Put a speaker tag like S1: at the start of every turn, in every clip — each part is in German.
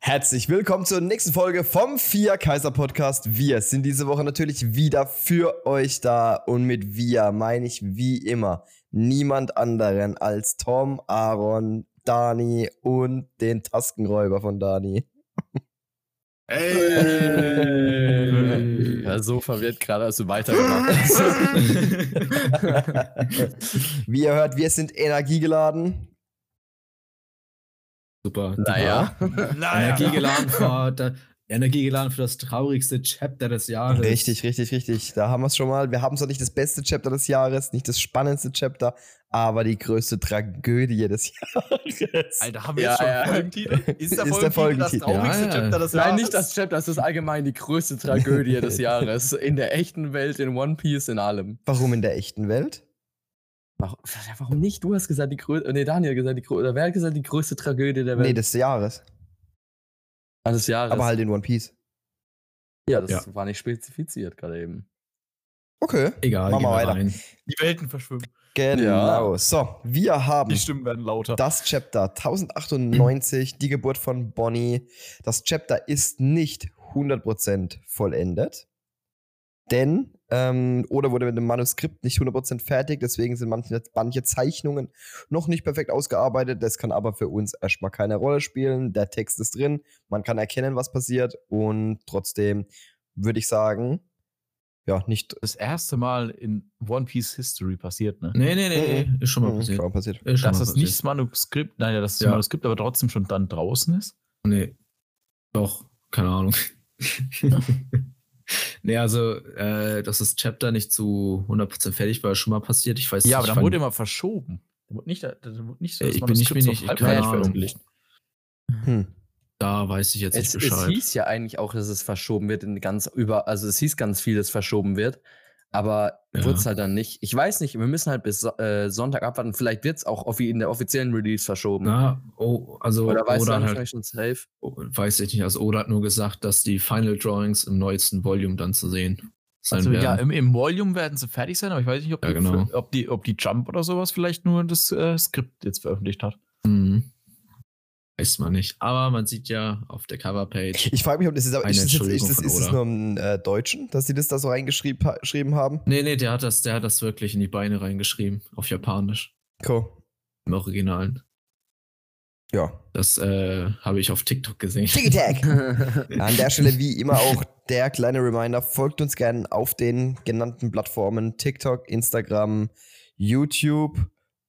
S1: Herzlich willkommen zur nächsten Folge vom Vier Kaiser Podcast. Wir sind diese Woche natürlich wieder für euch da und mit wir meine ich wie immer niemand anderen als Tom, Aaron, Dani und den Taskenräuber von Dani.
S2: Ey.
S3: Ja, so verwirrt gerade, als du weitergemacht hast.
S1: Wie ihr hört, wir sind energiegeladen.
S2: Super.
S3: naja,
S2: Energiegeladen für, da, energiegeladen für das traurigste Chapter des Jahres.
S1: Richtig, richtig, richtig. Da haben wir es schon mal. Wir haben zwar nicht das beste Chapter des Jahres, nicht das spannendste Chapter, aber die größte Tragödie des Jahres.
S4: Alter, haben wir
S3: Ja,
S4: jetzt schon
S3: ja.
S4: Folgentitel? Ist der
S1: Ist der Folgentitel.
S4: Folgentitel das
S2: Ja,
S4: traurigste
S2: ja.
S4: Chapter des Jahres?
S3: nein, nicht das Chapter, das ist allgemein die größte Tragödie des Jahres. In der echten Welt, in One Piece, in allem.
S1: Warum in der echten Welt?
S3: Warum, ja, warum nicht? Du hast gesagt, die größte, nee, Daniel hat gesagt, die größte, oder wer hat gesagt, die größte Tragödie der
S1: Nee,
S3: Welt
S1: des Jahres.
S3: nee, des Jahres?
S1: Aber halt in One Piece.
S3: ja, das
S2: Ja.
S3: war nicht spezifiziert gerade eben.
S1: Okay.
S2: Egal,
S1: Mach
S2: gehen wir
S1: mal weiter.
S2: rein.
S4: Die Welten verschwimmen.
S1: Genau. So, wir haben
S4: Die Stimmen werden lauter.
S1: das Chapter 1098, die Geburt von Bonnie. Das Chapter ist nicht 100% vollendet. Denn, ähm, oder wurde mit dem Manuskript nicht 100% fertig, deswegen sind manche, manche Zeichnungen noch nicht perfekt ausgearbeitet. Das kann aber für uns erstmal keine Rolle spielen. Der Text ist drin, man kann erkennen, was passiert und trotzdem würde ich sagen, ja, nicht.
S4: Das erste Mal in One Piece History passiert, ne?
S2: Nee, nee, nee, nee, ist schon mal
S1: Mhm,
S2: passiert.
S1: schon passiert.
S2: Ist schon
S4: Dass
S2: mal
S4: das
S2: passiert.
S4: nicht das Manuskript, naja, dass das
S2: Ja.
S4: Manuskript aber trotzdem schon dann draußen ist.
S2: Nee. Doch, keine Ahnung. nee, also, äh, dass das Chapter nicht zu 100% fertig war, ist schon mal passiert. Ich weiß
S4: Ja, aber
S2: nicht,
S4: dann
S2: wann-
S4: wurde immer verschoben. Da wurde nicht, da wurde nicht so
S2: Äh, ich bin nicht, bin
S4: so
S2: nicht,
S4: halb
S2: keine
S4: fertig
S2: Ahnung.
S4: veröffentlicht.
S1: Hm.
S2: da weiß ich jetzt
S3: Es,
S2: nicht
S3: es
S2: Bescheid.
S3: hieß ja eigentlich auch, dass es verschoben wird in ganz über, also es hieß ganz viel, dass verschoben wird, aber
S2: Ja.
S3: wurde es halt dann nicht. Ich weiß nicht, wir müssen halt bis So- äh, Sonntag abwarten. Vielleicht wird es auch offi- in der offiziellen Release verschoben.
S2: Na, oh, also,
S3: Oder weißt du,
S2: Oda
S3: dann
S2: hat
S3: vielleicht schon safe.
S2: Oh, weiß ich nicht. Also Oda hat nur gesagt, dass die Final Drawings im neuesten Volume dann zu sehen sein
S4: Also,
S2: werden.
S4: ja, im, im Volume werden sie fertig sein, aber ich weiß nicht, ob,
S2: Ja,
S4: die,
S2: genau.
S4: ob, die, ob die Jump oder sowas vielleicht nur das äh, Skript jetzt veröffentlicht hat.
S2: Mhm. Weiß man nicht. Aber man sieht ja auf der Coverpage.
S1: Ich frage mich, ob das ist, aber
S2: Eine
S1: ist, das jetzt, ist,
S2: Entschuldigung
S1: das,
S2: von
S1: ist das
S2: Oda.
S1: nur im äh, Deutschen, dass sie das da so reingeschrieben ha- geschrieben haben?
S2: Nee, nee, der hat das, der hat das wirklich in die Beine reingeschrieben. Auf Japanisch.
S1: Cool.
S2: Im Originalen.
S1: Ja.
S2: Das äh, habe ich auf TikTok gesehen.
S1: Tag. An der Stelle wie immer auch der kleine Reminder, folgt uns gerne auf den genannten Plattformen TikTok, Instagram, YouTube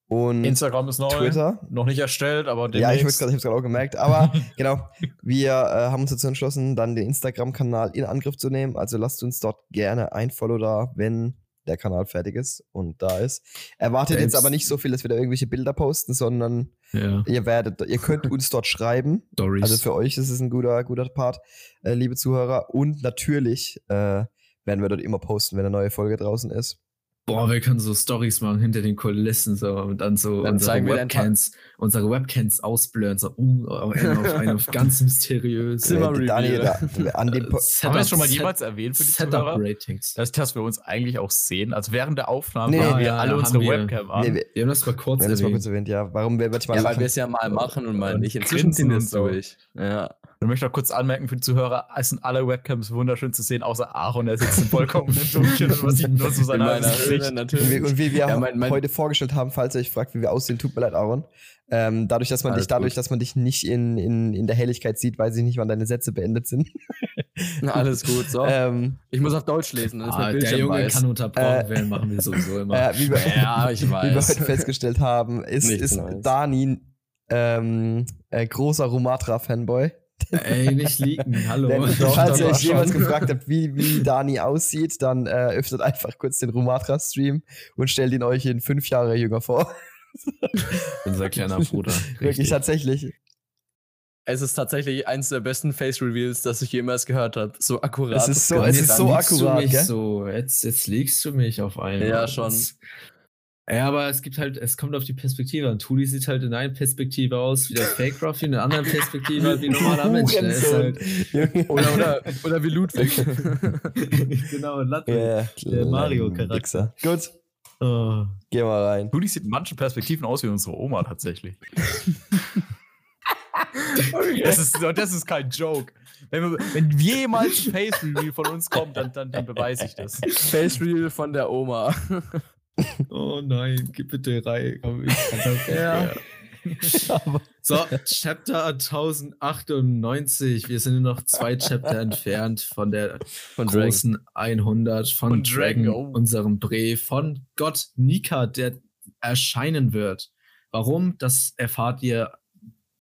S1: und
S4: Instagram ist neu.
S1: Mhm. Twitter.
S4: Noch nicht erstellt, aber
S1: Ja, ich
S4: demnächst.
S1: hab's grad- ich hab's gerade auch gemerkt. Aber genau, wir äh, haben uns dazu entschlossen, dann den Instagram-Kanal in Angriff zu nehmen. Also lasst uns dort gerne ein Follow da, wenn der Kanal fertig ist und da ist. Erwartet
S2: Der
S1: jetzt
S2: Inst-
S1: aber nicht so viel, dass wir da irgendwelche Bilder posten, sondern
S2: ja,
S1: ihr werdet, ihr könnt uns dort schreiben.
S2: Stories.
S1: Also für euch ist es ein guter, guter Part, äh, liebe Zuhörer. Und natürlich äh, werden wir dort immer posten, wenn eine neue Folge draußen ist.
S2: Boah, wir können so Stories machen hinter den Kulissen so und dann so
S3: Dann
S2: unsere
S3: zeigen wir dann-
S2: Webcams, unsere Webcams ausblören, so uh, auf einen auf einen auf ganz mysteriös.
S3: Zimmer- Immer
S1: Äh, Daniel, da, an dem Po-
S2: Äh, Setup-
S4: Haben wir das schon mal
S2: Set-
S4: jemals erwähnt für die Zuhörer?
S2: Setup-Ratings.
S4: dass, dass wir uns eigentlich auch sehen. Also während der Aufnahme
S1: Nee,
S4: haben wir
S2: ja,
S4: alle
S2: ja,
S4: unsere
S2: haben wir.
S4: Webcam an.
S1: nee, wir,
S2: Wir haben das mal kurz
S1: wir haben das mal
S2: erwähnt.
S1: kurz erwähnt, ja. Warum wir manchmal
S3: ja, weil
S1: lachen.
S3: wir es ja mal machen und mal
S4: Und
S3: nicht. Inzwischen ziehen wir es
S4: grinsen und so.
S3: durch. Ja.
S4: Ich möchte noch kurz anmerken für die Zuhörer, es sind alle Webcams wunderschön zu sehen, außer Aaron, der sitzt im vollkommenen Dunkeln und man sieht nur so sein
S3: In meiner
S4: halbes
S3: Höhle
S4: Gesicht.
S1: Und wie,
S3: natürlich.
S1: und wie wir
S3: Ja, mein- mein-
S1: heute vorgestellt haben, falls ihr euch fragt, wie wir aussehen, tut mir leid, Aaron. Ähm, dadurch, dass man dich,
S3: Alles
S1: dadurch,
S3: gut.
S1: dass man dich nicht in, in, in der Helligkeit sieht, weiß ich nicht, wann deine Sätze beendet sind.
S3: Na, alles gut. So.
S1: Ähm,
S3: ich muss auf Deutsch lesen. Dann ist
S2: Ah,
S3: mein
S2: der
S3: Bildschirm
S2: Junge
S3: weiß.
S2: kann unterbrochen
S1: Äh,
S2: werden, machen wir sowieso immer.
S1: äh, wie wir,
S3: Ja, ich
S1: wie wir
S3: weiß.
S1: heute festgestellt haben, ist,
S3: Nichts
S1: ist
S3: Neues.
S1: Dani ähm, äh, großer Rumatra-Fanboy.
S2: Ey, nicht liegen, hallo.
S1: Denn
S2: Doch,
S1: falls ihr
S2: doch,
S1: euch jemals
S2: schon.
S1: gefragt habt, wie, wie Dani aussieht, dann äh, öffnet einfach kurz den Rumatra-Stream und stellt ihn euch in fünf Jahre jünger vor.
S2: Unser kleiner Bruder.
S1: Wirklich tatsächlich.
S3: Es ist tatsächlich eins der besten Face Reveals, das ich jemals gehört habe. So akkurat.
S1: Es
S3: das
S1: ist so,
S3: Ganze.
S1: es ist
S3: Dann
S1: so
S2: liegst du
S1: akkurat,
S2: mich
S1: gell?
S2: so. Jetzt, jetzt legst du mich auf einen.
S3: Ja, schon.
S2: Ja, aber es gibt halt, es kommt auf die Perspektive an. Tuli sieht halt in einer Perspektive aus wie der Fake Ruffy, in der anderen Perspektive halt wie ein normaler Mensch. Der ist
S1: Hurensohn.
S2: halt,
S1: Junge.
S3: Oder, oder, oder wie Ludwig.
S2: genau, Latte.
S1: Ja,
S2: Der Mario-Charakter.
S1: Wichser. Gut,
S2: Oh.
S1: geh mal rein.
S4: Ludi sieht in manchen Perspektiven aus wie unsere Oma tatsächlich. Das ist, das ist kein Joke. Wenn, wir, wenn jemals ein Face Reveal von uns kommt, dann, dann, dann beweise ich das.
S3: Face Reveal von der Oma.
S2: Oh nein, gib bitte rein. Komm, ich kann das nicht
S3: Ja.
S2: mehr. So, Chapter 1098. Wir sind nur noch zwei Chapter entfernt von der
S3: Von
S2: großen 100 von,
S4: Von
S2: Dragon,
S4: Dragon, oh.
S2: unserem Bre, von Gott Nika, der erscheinen wird. Warum? Das erfahrt ihr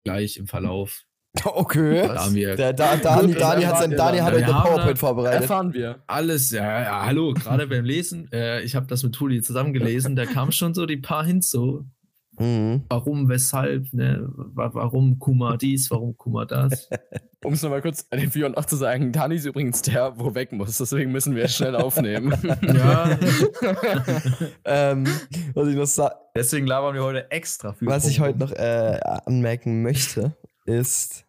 S2: gleich im Verlauf.
S1: Okay.
S2: Da haben wir
S1: Der, da, Dani,
S3: Gut,
S1: Dani,
S3: dann
S1: hat, sein,
S3: warten
S1: Dani
S3: wir dann.
S1: hat euch
S2: Wir
S1: eine
S2: haben
S1: PowerPoint
S2: da-
S1: vorbereitet.
S3: Erfahren wir.
S2: Alles, ja, ja, hallo, gerade beim Lesen. Äh, ich habe das mit Tuli zusammengelesen, da kamen schon so die paar Hints, so
S1: Mhm.
S2: warum, weshalb, ne? Wa- warum Kuma dies, warum Kuma das.
S3: Um es nochmal kurz an den Fion auch zu sagen, Dani ist übrigens der, wo weg muss. Deswegen müssen wir schnell aufnehmen.
S2: ja,
S1: Ähm, was ich noch sa-
S4: Deswegen labern wir heute extra viel.
S1: was ich
S4: Promo.
S1: heute noch äh, anmerken möchte, ist.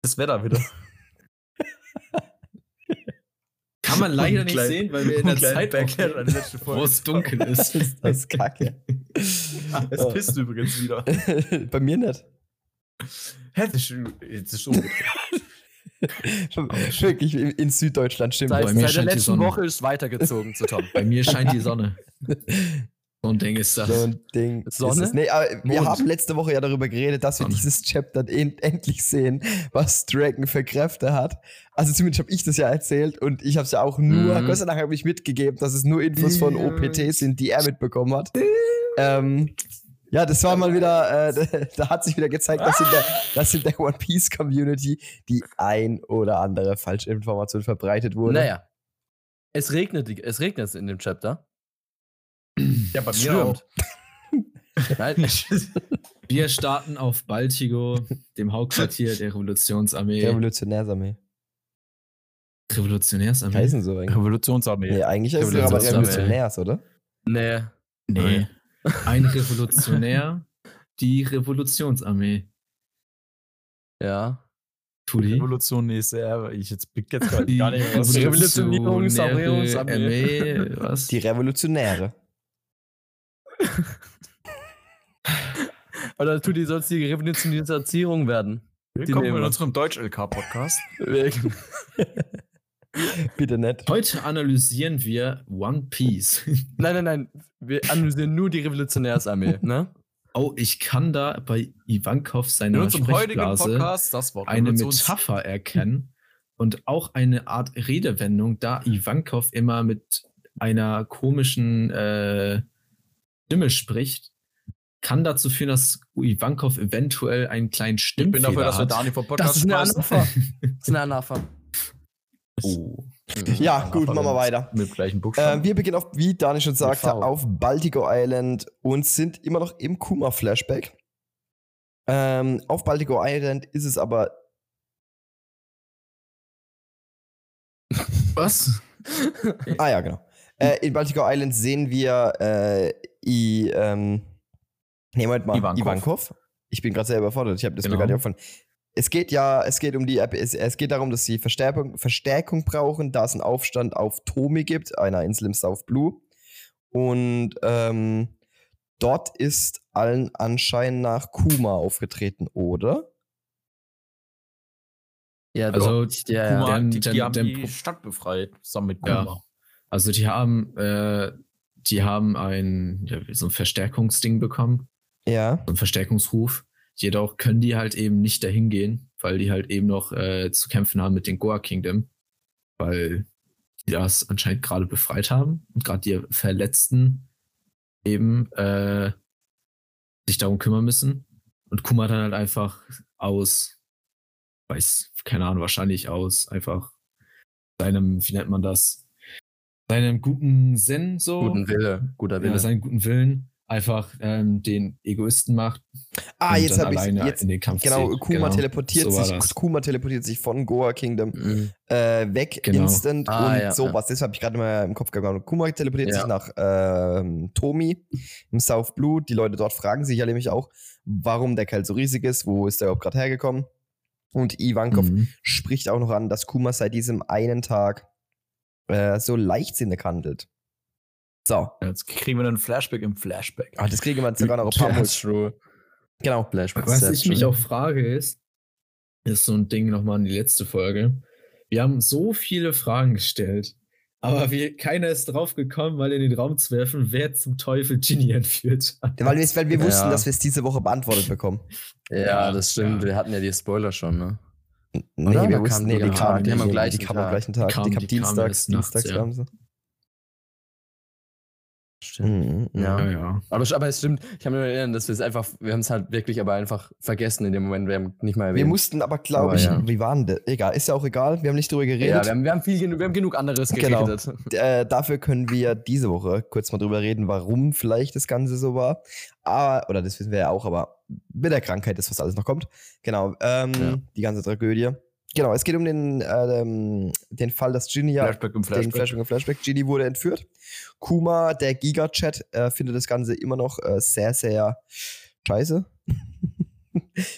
S4: Das Wetter wieder.
S2: kann man leider nicht
S4: Klein-
S2: sehen, weil wir in der Zeit
S4: erklärt an
S2: aufnehmen,
S4: der letzten
S2: wo
S4: Folge.
S2: es dunkel ist.
S1: Das ist kacke. Äh,
S4: Es pisst übrigens wieder.
S1: Bei mir nicht.
S4: Hä, das ist schon- jetzt ist schon
S1: Wirklich, in in Süddeutschland stimmt
S2: Sei-
S1: das.
S2: mir scheint die Sonne.
S3: ist weitergezogen zu Tom.
S2: Bei mir scheint die Sonne. So ein Ding ist das.
S1: So ein Ding.
S3: Sonne?
S1: Ist es. Nee, aber wir
S2: Mond.
S1: haben letzte Woche ja darüber geredet, dass wir
S2: Sonne.
S1: dieses Chapter en endlich sehen, was Dragon für Kräfte hat. Also zumindest habe ich das ja erzählt und ich habe es ja auch nur,
S2: Mhm.
S1: Gott sei Dank habe ich mitgegeben, dass es nur Infos von OPT sind, die er mitbekommen hat. Ähm, ja, das war mal wieder, äh, da hat sich wieder gezeigt, dass in der, dass in der One Piece Community die ein oder andere falsche Information verbreitet wurde.
S3: Naja. Es regnet, die- es regnet in dem Chapter.
S4: Ja, bei
S3: Nein,
S2: Wir starten auf Baltigo, dem Hauptquartier der Revolutionsarmee.
S1: Die Revolutionärsarmee.
S2: Revolutionärsarmee?
S1: Heißen so eigentlich.
S4: Revolutionsarmee.
S1: Nee, eigentlich ist es aber
S2: Revolutionsarmee.
S1: Revolutionärs, oder?
S3: nee.
S2: Nee. Ein Revolutionär, die Revolutionsarmee.
S3: Ja.
S2: Tuli.
S4: Revolution ist ja, ich jetzt blick jetzt gar
S2: Die
S4: gar nicht was.
S3: Revolution- Revolutionierungsarmee.
S2: Armee, was?
S1: Die Revolutionäre.
S3: Oder tut die sonst die Revolutionisierung werden?
S4: Willkommen
S3: nehmen
S4: in
S3: wir.
S4: unserem Deutsch-LK-Podcast.
S1: Bitte nicht.
S2: Heute analysieren wir One Piece.
S3: Nein, nein, nein. Wir analysieren nur die Revolutionärsarmee, ne?
S2: Oh, ich kann da bei Ivankov
S4: In
S2: seiner
S4: unserem heutigen
S2: Sprechblase
S4: Podcast, das Wort
S2: eine
S4: Revolutions-
S2: Metapher erkennen und auch eine Art Redewendung, da Ivankov immer mit einer komischen äh, Stimme spricht, kann dazu führen, dass Ivankov eventuell einen kleinen
S4: Ich
S2: Stimmfehler
S4: bin dafür, dass wir
S2: hat.
S4: Dani vom Podcast
S3: Anapher. Das ist eine Anapher.
S2: oh.
S1: Ja, gut, machen wir weiter.
S4: Mit gleichen
S1: Äh,
S4: Buchstaben.
S1: wir beginnen auf, wie Dani schon sagte,
S3: V.
S1: auf Baltico Island und sind immer noch im Kuma-Flashback. Ähm, auf Baltico Island ist es aber.
S2: Was?
S1: Ah ja, genau. Äh, in Baltico Island sehen wir äh, I, ähm, nehmen wir mal
S4: Ivankov.
S1: Ivankov. Ich bin gerade sehr überfordert. Ich habe das
S2: Genau.
S1: mir gerade von. Es geht ja, es geht um die, es, es geht darum, dass sie Verstärkung, Verstärkung brauchen, da es einen Aufstand auf Tomi gibt, einer Insel im South Blue. Und ähm, dort ist allen Anschein nach Kuma aufgetreten, oder?
S3: Ja,
S2: Also,
S3: doch. ja, ja.
S2: Kuma-
S4: Kuma,
S2: Dem-
S4: die, die
S2: dem-
S4: haben
S2: dem
S4: die
S2: Pro-
S4: Stadt befreit, zusammen mit
S2: Ja.
S4: Kuma.
S2: Also die haben, äh, die haben ein, ja, so ein Verstärkungsding bekommen,
S1: Ja.
S2: so ein Verstärkungsruf. Jedoch können die halt eben nicht dahin gehen, weil die halt eben noch äh, zu kämpfen haben mit den Goa Kingdom, weil die das anscheinend gerade befreit haben und gerade die Verletzten eben äh, sich darum kümmern müssen. Und Kuma dann halt einfach aus, weiß, keine Ahnung, wahrscheinlich aus einfach seinem, wie nennt man das, seinem guten Sinn so
S3: Guten Wille. Guter
S2: ja,
S3: Wille.
S2: seinen guten Willen einfach ähm, den Egoisten macht.
S1: Ah,
S2: und
S1: jetzt
S2: dann
S1: habe ich
S2: alleine
S1: jetzt
S2: in den Kampf
S1: genau
S2: zieht.
S1: Kuma teleportiert
S2: so war
S1: sich
S2: das.
S1: Kuma teleportiert sich von Goa Kingdom
S3: Mhm.
S1: äh, weg,
S2: Genau.
S1: instant
S3: Ah,
S1: und
S3: ja,
S1: sowas. Deshalb habe ich gerade mal im Kopf gegangen. Kuma teleportiert
S3: Ja.
S1: sich nach ähm, Tomi im South Blue. Die Leute dort fragen sich ja nämlich auch, warum der Kerl so riesig ist, wo ist der überhaupt gerade hergekommen. Und Ivankov
S2: Mhm.
S1: spricht auch noch an, dass Kuma seit diesem einen Tag äh, so leichtsinnig handelt. So,
S4: Jetzt kriegen wir einen Flashback im Flashback.
S1: ah, das kriegen wir sogar noch ein paar Mal.
S3: true.
S1: Genau.
S3: Flashback
S2: Was ich mich auch frage ist, ist so ein Ding nochmal in die letzte Folge. Wir haben so viele Fragen gestellt, aber wir, keiner ist drauf gekommen, mal in den Raum zu werfen, wer zum Teufel Ginny entführt hat.
S1: Weil wir, weil wir
S3: Ja.
S1: wussten, dass wir es diese Woche beantwortet bekommen.
S3: Ja, das stimmt. Wir hatten ja die Spoiler schon, ne?
S1: Nee,
S3: Oder?
S1: wir
S3: Da
S1: wussten,
S3: kamen
S1: nee,
S3: die
S1: die
S3: am
S1: kamen
S3: Tag, die
S1: nicht,
S3: haben am
S1: nee,
S3: gleichen
S1: die kamen am
S3: Tag.
S1: gleichen Tag. Die
S2: kamen-
S1: kamen,
S2: die kamen
S1: dienstags,
S2: erst nachts,
S1: dienstags
S2: ja.
S1: kamen sie.
S3: Stimmt.
S1: Mhm, mhm.
S3: Ja.
S2: Ja, ja.
S3: Aber, aber es stimmt, ich kann mich erinnern, dass wir es einfach, wir haben es halt wirklich aber einfach vergessen in dem Moment, wir haben nicht mal erwähnt.
S1: Wir mussten aber, glaube
S3: Aber
S1: ich,
S3: ja.
S1: wie waren das? Egal, ist ja auch egal. Wir haben nicht drüber
S3: ja,
S1: geredet.
S3: wir haben, wir haben viel genu- wir haben genug anderes
S1: Genau.
S3: geredet.
S1: äh, dafür können wir diese Woche kurz mal drüber reden, warum vielleicht das Ganze so war. Aber, oder das wissen wir ja auch, aber mit der Krankheit ist, was alles noch kommt. Genau, ähm,
S3: Ja.
S1: die ganze Tragödie. Genau, es geht um den, äh, ähm, den Fall, dass Ginny ja
S4: Flashback im
S1: den Flashback und Flashback. Genie wurde entführt. Kuma, der Giga-Chat, äh, findet das Ganze immer noch äh, sehr, sehr scheiße.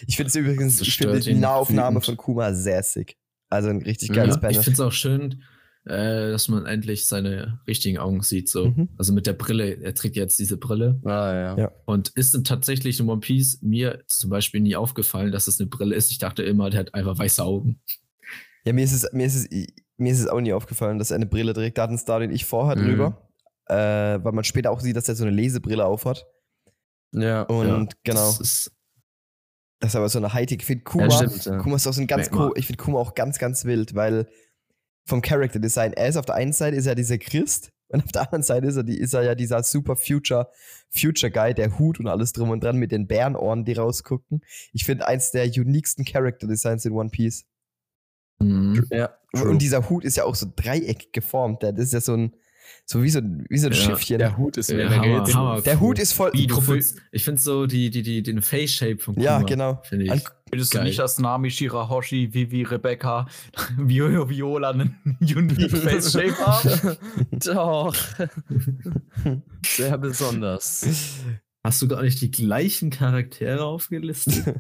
S1: ich finde es übrigens,
S2: Das
S1: ich finde
S2: stört
S1: die
S2: ihn
S1: Nahaufnahme
S2: wütend.
S1: von Kuma sehr sick. Also ein richtig
S2: ja.
S1: geiles
S2: Ich
S1: Panel.
S2: finde es auch schön, äh, dass man endlich seine richtigen Augen sieht. So.
S1: Mhm.
S2: Also mit der Brille, er trägt jetzt diese Brille.
S3: Ah, ja.
S1: Ja.
S2: Und ist dann tatsächlich in One Piece mir zum Beispiel nie aufgefallen, dass es eine Brille ist. Ich dachte immer, der hat einfach weiße Augen.
S1: Ja, mir ist es, mir ist es, mir ist es auch nie aufgefallen, dass er eine Brille trägt. Da hatten Star den ich vorher
S3: Mhm.
S1: drüber. Äh, weil man später auch sieht, dass er so eine Lesebrille aufhat.
S3: Ja.
S1: Und
S2: Ja,
S1: genau,
S2: Das ist,
S1: das ist aber so eine Hightech. Ich finde Kuma,
S3: ja, stimmt. Ja.
S1: Kuma ist auch so ein ganz,
S2: Merkmal.
S1: ko- ich finde Kuma auch ganz, ganz wild, weil vom Character Design, er ist auf der einen Seite ist er dieser Christ und auf der anderen Seite ist er, die, ist er ja dieser super Future, Future Guy, der Hut und alles drum und dran mit den Bärenohren, die rausgucken. Ich finde eins der uniquesten Character Designs in One Piece.
S2: mhm.
S3: Ja.
S1: Und dieser Hut ist ja auch so dreieckig geformt. Der- Das ist ja so ein, so wie so ein, wie so ein
S2: Ja,
S1: Schiffchen.
S3: Der Hut ist
S2: Ja,
S3: mega
S2: Hammer,
S3: geil.
S2: Hammer.
S1: Der Hut ist voll.
S2: Die Proportion- ich finde so die, die, die, den Face-Shape von
S1: Ja,
S2: Kuma,
S1: genau.
S2: Finde ich.
S1: An-
S4: Würdest du
S2: Geil.
S4: nicht das Nami, Shira, Hoshi, Vivi, Rebecca, Viola, Viola einen unique face shape haben?
S3: Doch. Sehr besonders.
S2: Hast du gar nicht die gleichen Charaktere aufgelistet?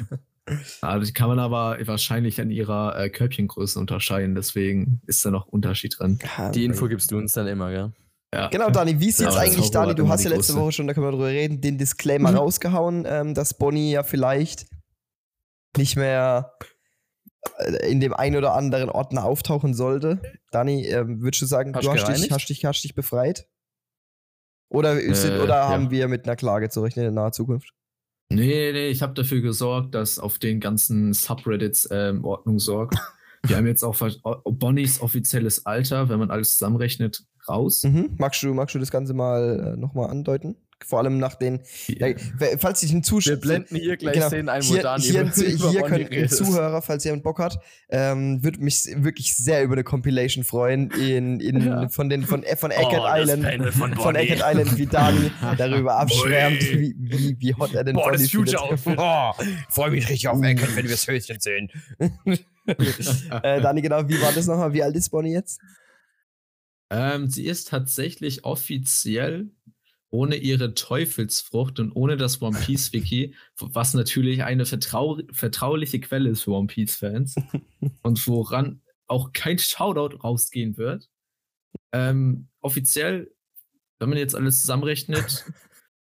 S2: ja, die kann man aber wahrscheinlich an ihrer äh, Körbchengröße unterscheiden, deswegen ist da noch Unterschied drin.
S3: Die Info gibst du uns dann immer, gell?
S2: Ja.
S1: Genau, Dani, wie sieht's
S2: Ja, aber
S1: eigentlich,
S2: Zorro
S1: Dani?
S2: hat
S1: Du
S2: immer
S1: hast
S2: die
S1: ja letzte
S2: große.
S1: Woche schon, da können wir drüber reden, den Disclaimer
S2: Mhm.
S1: rausgehauen, ähm, dass Bonnie ja vielleicht nicht mehr äh, in dem einen oder anderen Ordner auftauchen sollte. Dani, ähm, würdest du sagen,
S3: Hast
S1: du
S3: du
S1: hast dich,
S3: gereinigt?
S1: hast, dich, hast dich befreit? Oder, ist
S2: Äh,
S1: oder
S2: ja.
S1: haben wir mit einer Klage zu rechnen in naher Zukunft?
S2: Nee, nee, ich habe dafür gesorgt, dass auf den ganzen Subreddits ähm, Ordnung sorgt. Wir haben jetzt auch ver- o- Bonnies offizielles Alter, wenn man alles zusammenrechnet, raus.
S1: Mhm. Magst, du, magst du das Ganze mal äh, nochmal andeuten? Vor allem nach den. Ja, falls ich einen Zuschauer.
S3: hier
S1: Genau.
S3: ein,
S1: Hier, hier,
S3: über-
S1: hier,
S3: über
S1: hier
S3: Bonnie
S1: können
S3: redet.
S1: Zuhörer, falls jemand Bock hat, ähm, würde mich wirklich sehr über eine Compilation freuen in, in,
S3: Ja.
S1: von, den, von, äh, von
S3: Oh,
S1: Eckert
S3: das
S1: Island.
S3: Panel von
S1: Von
S3: Bonnie.
S1: Eckert Island, wie Dani darüber abschwärmt, wie, wie, wie hot er den
S4: Boah, das
S1: findet.
S4: Future-Outfit.
S1: Boah, freue mich richtig auf Eckert, wenn wir es höchstens sehen. äh, Dani, genau, wie war das nochmal? Wie alt ist Bonnie jetzt?
S2: Ähm, sie ist tatsächlich offiziell ohne ihre Teufelsfrucht und ohne das One Piece Wiki, was natürlich eine vertrau vertrauliche Quelle ist für One Piece Fans und woran auch kein Shoutout rausgehen wird. Ähm, offiziell, wenn man jetzt alles zusammenrechnet,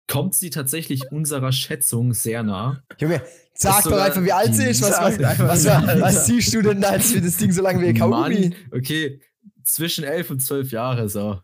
S2: kommt sie tatsächlich unserer Schätzung sehr nah.
S1: Junge, sag
S2: Ist
S1: doch
S2: sogar
S1: einfach, wie alt sie
S2: die-
S1: ist. Was, was,
S2: Sag einfach,
S1: was,
S2: wie
S1: was,
S2: alt
S1: was siehst du denn da jetzt für das Ding, solange wir Kaugummi?
S2: Mann, okay, zwischen elf und zwölf Jahre so.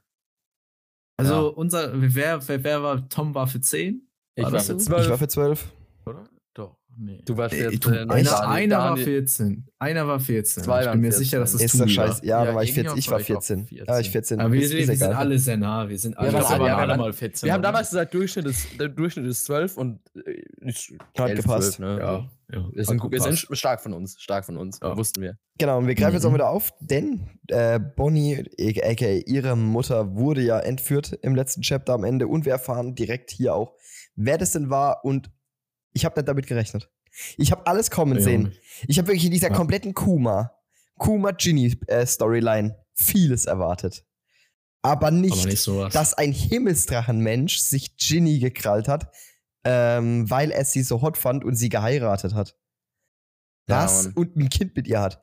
S2: Also
S3: Ja.
S2: unser, wer, wer, wer war, Tom war für zehn?
S3: Ich
S2: War
S3: war
S2: das
S3: für
S2: so?
S1: Ich
S3: zwölf.
S1: war für zwölf.
S4: Oder? Doch, nee.
S3: Du warst
S2: Ey,
S3: jetzt
S2: du,
S3: äh,
S2: einer,
S1: Daniel-
S2: einer war
S3: Daniel-
S2: 14. Einer war 14.
S3: Zwei
S2: ich
S3: waren
S2: bin mir
S3: 14.
S2: sicher, dass es
S1: Ist
S2: du
S1: doch
S2: war.
S1: scheiße. Ja,
S4: Ja,
S1: dann war ich,
S4: irgendwann
S1: 14, ich war
S4: war ich auch
S1: 14. Ja, war ich 14.
S2: Aber wir,
S1: Ist-
S2: wir,
S1: ist
S2: wir sind
S1: egal.
S2: alle sehr nah. Wir sind alle,
S3: Ja,
S2: wir
S3: aber
S2: waren
S3: wir haben
S2: alle
S3: alle-
S2: mal 14.
S3: Wir haben damals gesagt, Durchschnitt ist, der Durchschnitt ist 12 und äh, ist
S1: Hat gepasst.
S3: ne?
S2: Ja, ja,
S3: Wir sind,
S2: hat
S3: wir
S2: gepasst.
S3: sind stark von uns, stark von uns,
S2: Ja.
S3: wussten wir.
S1: Genau, und wir greifen jetzt auch
S2: Mhm.
S1: wieder auf, denn äh, Bonnie, aka ihre Mutter, wurde ja entführt im letzten Chapter am Ende und wir erfahren direkt hier auch, wer das denn war und ich habe nicht damit gerechnet. Ich habe alles kommen
S2: Ja,
S1: sehen. Ich habe wirklich in dieser
S2: Ja.
S1: kompletten Kuma, Kuma Ginny äh, Storyline vieles erwartet. Aber nicht,
S2: aber nicht sowas.
S1: dass ein Himmelsdrachenmensch sich Ginny gekrallt hat, ähm, weil er sie so hot fand und sie geheiratet hat.
S3: Ja,
S1: Das
S3: Mann.
S1: und ein Kind mit ihr hat.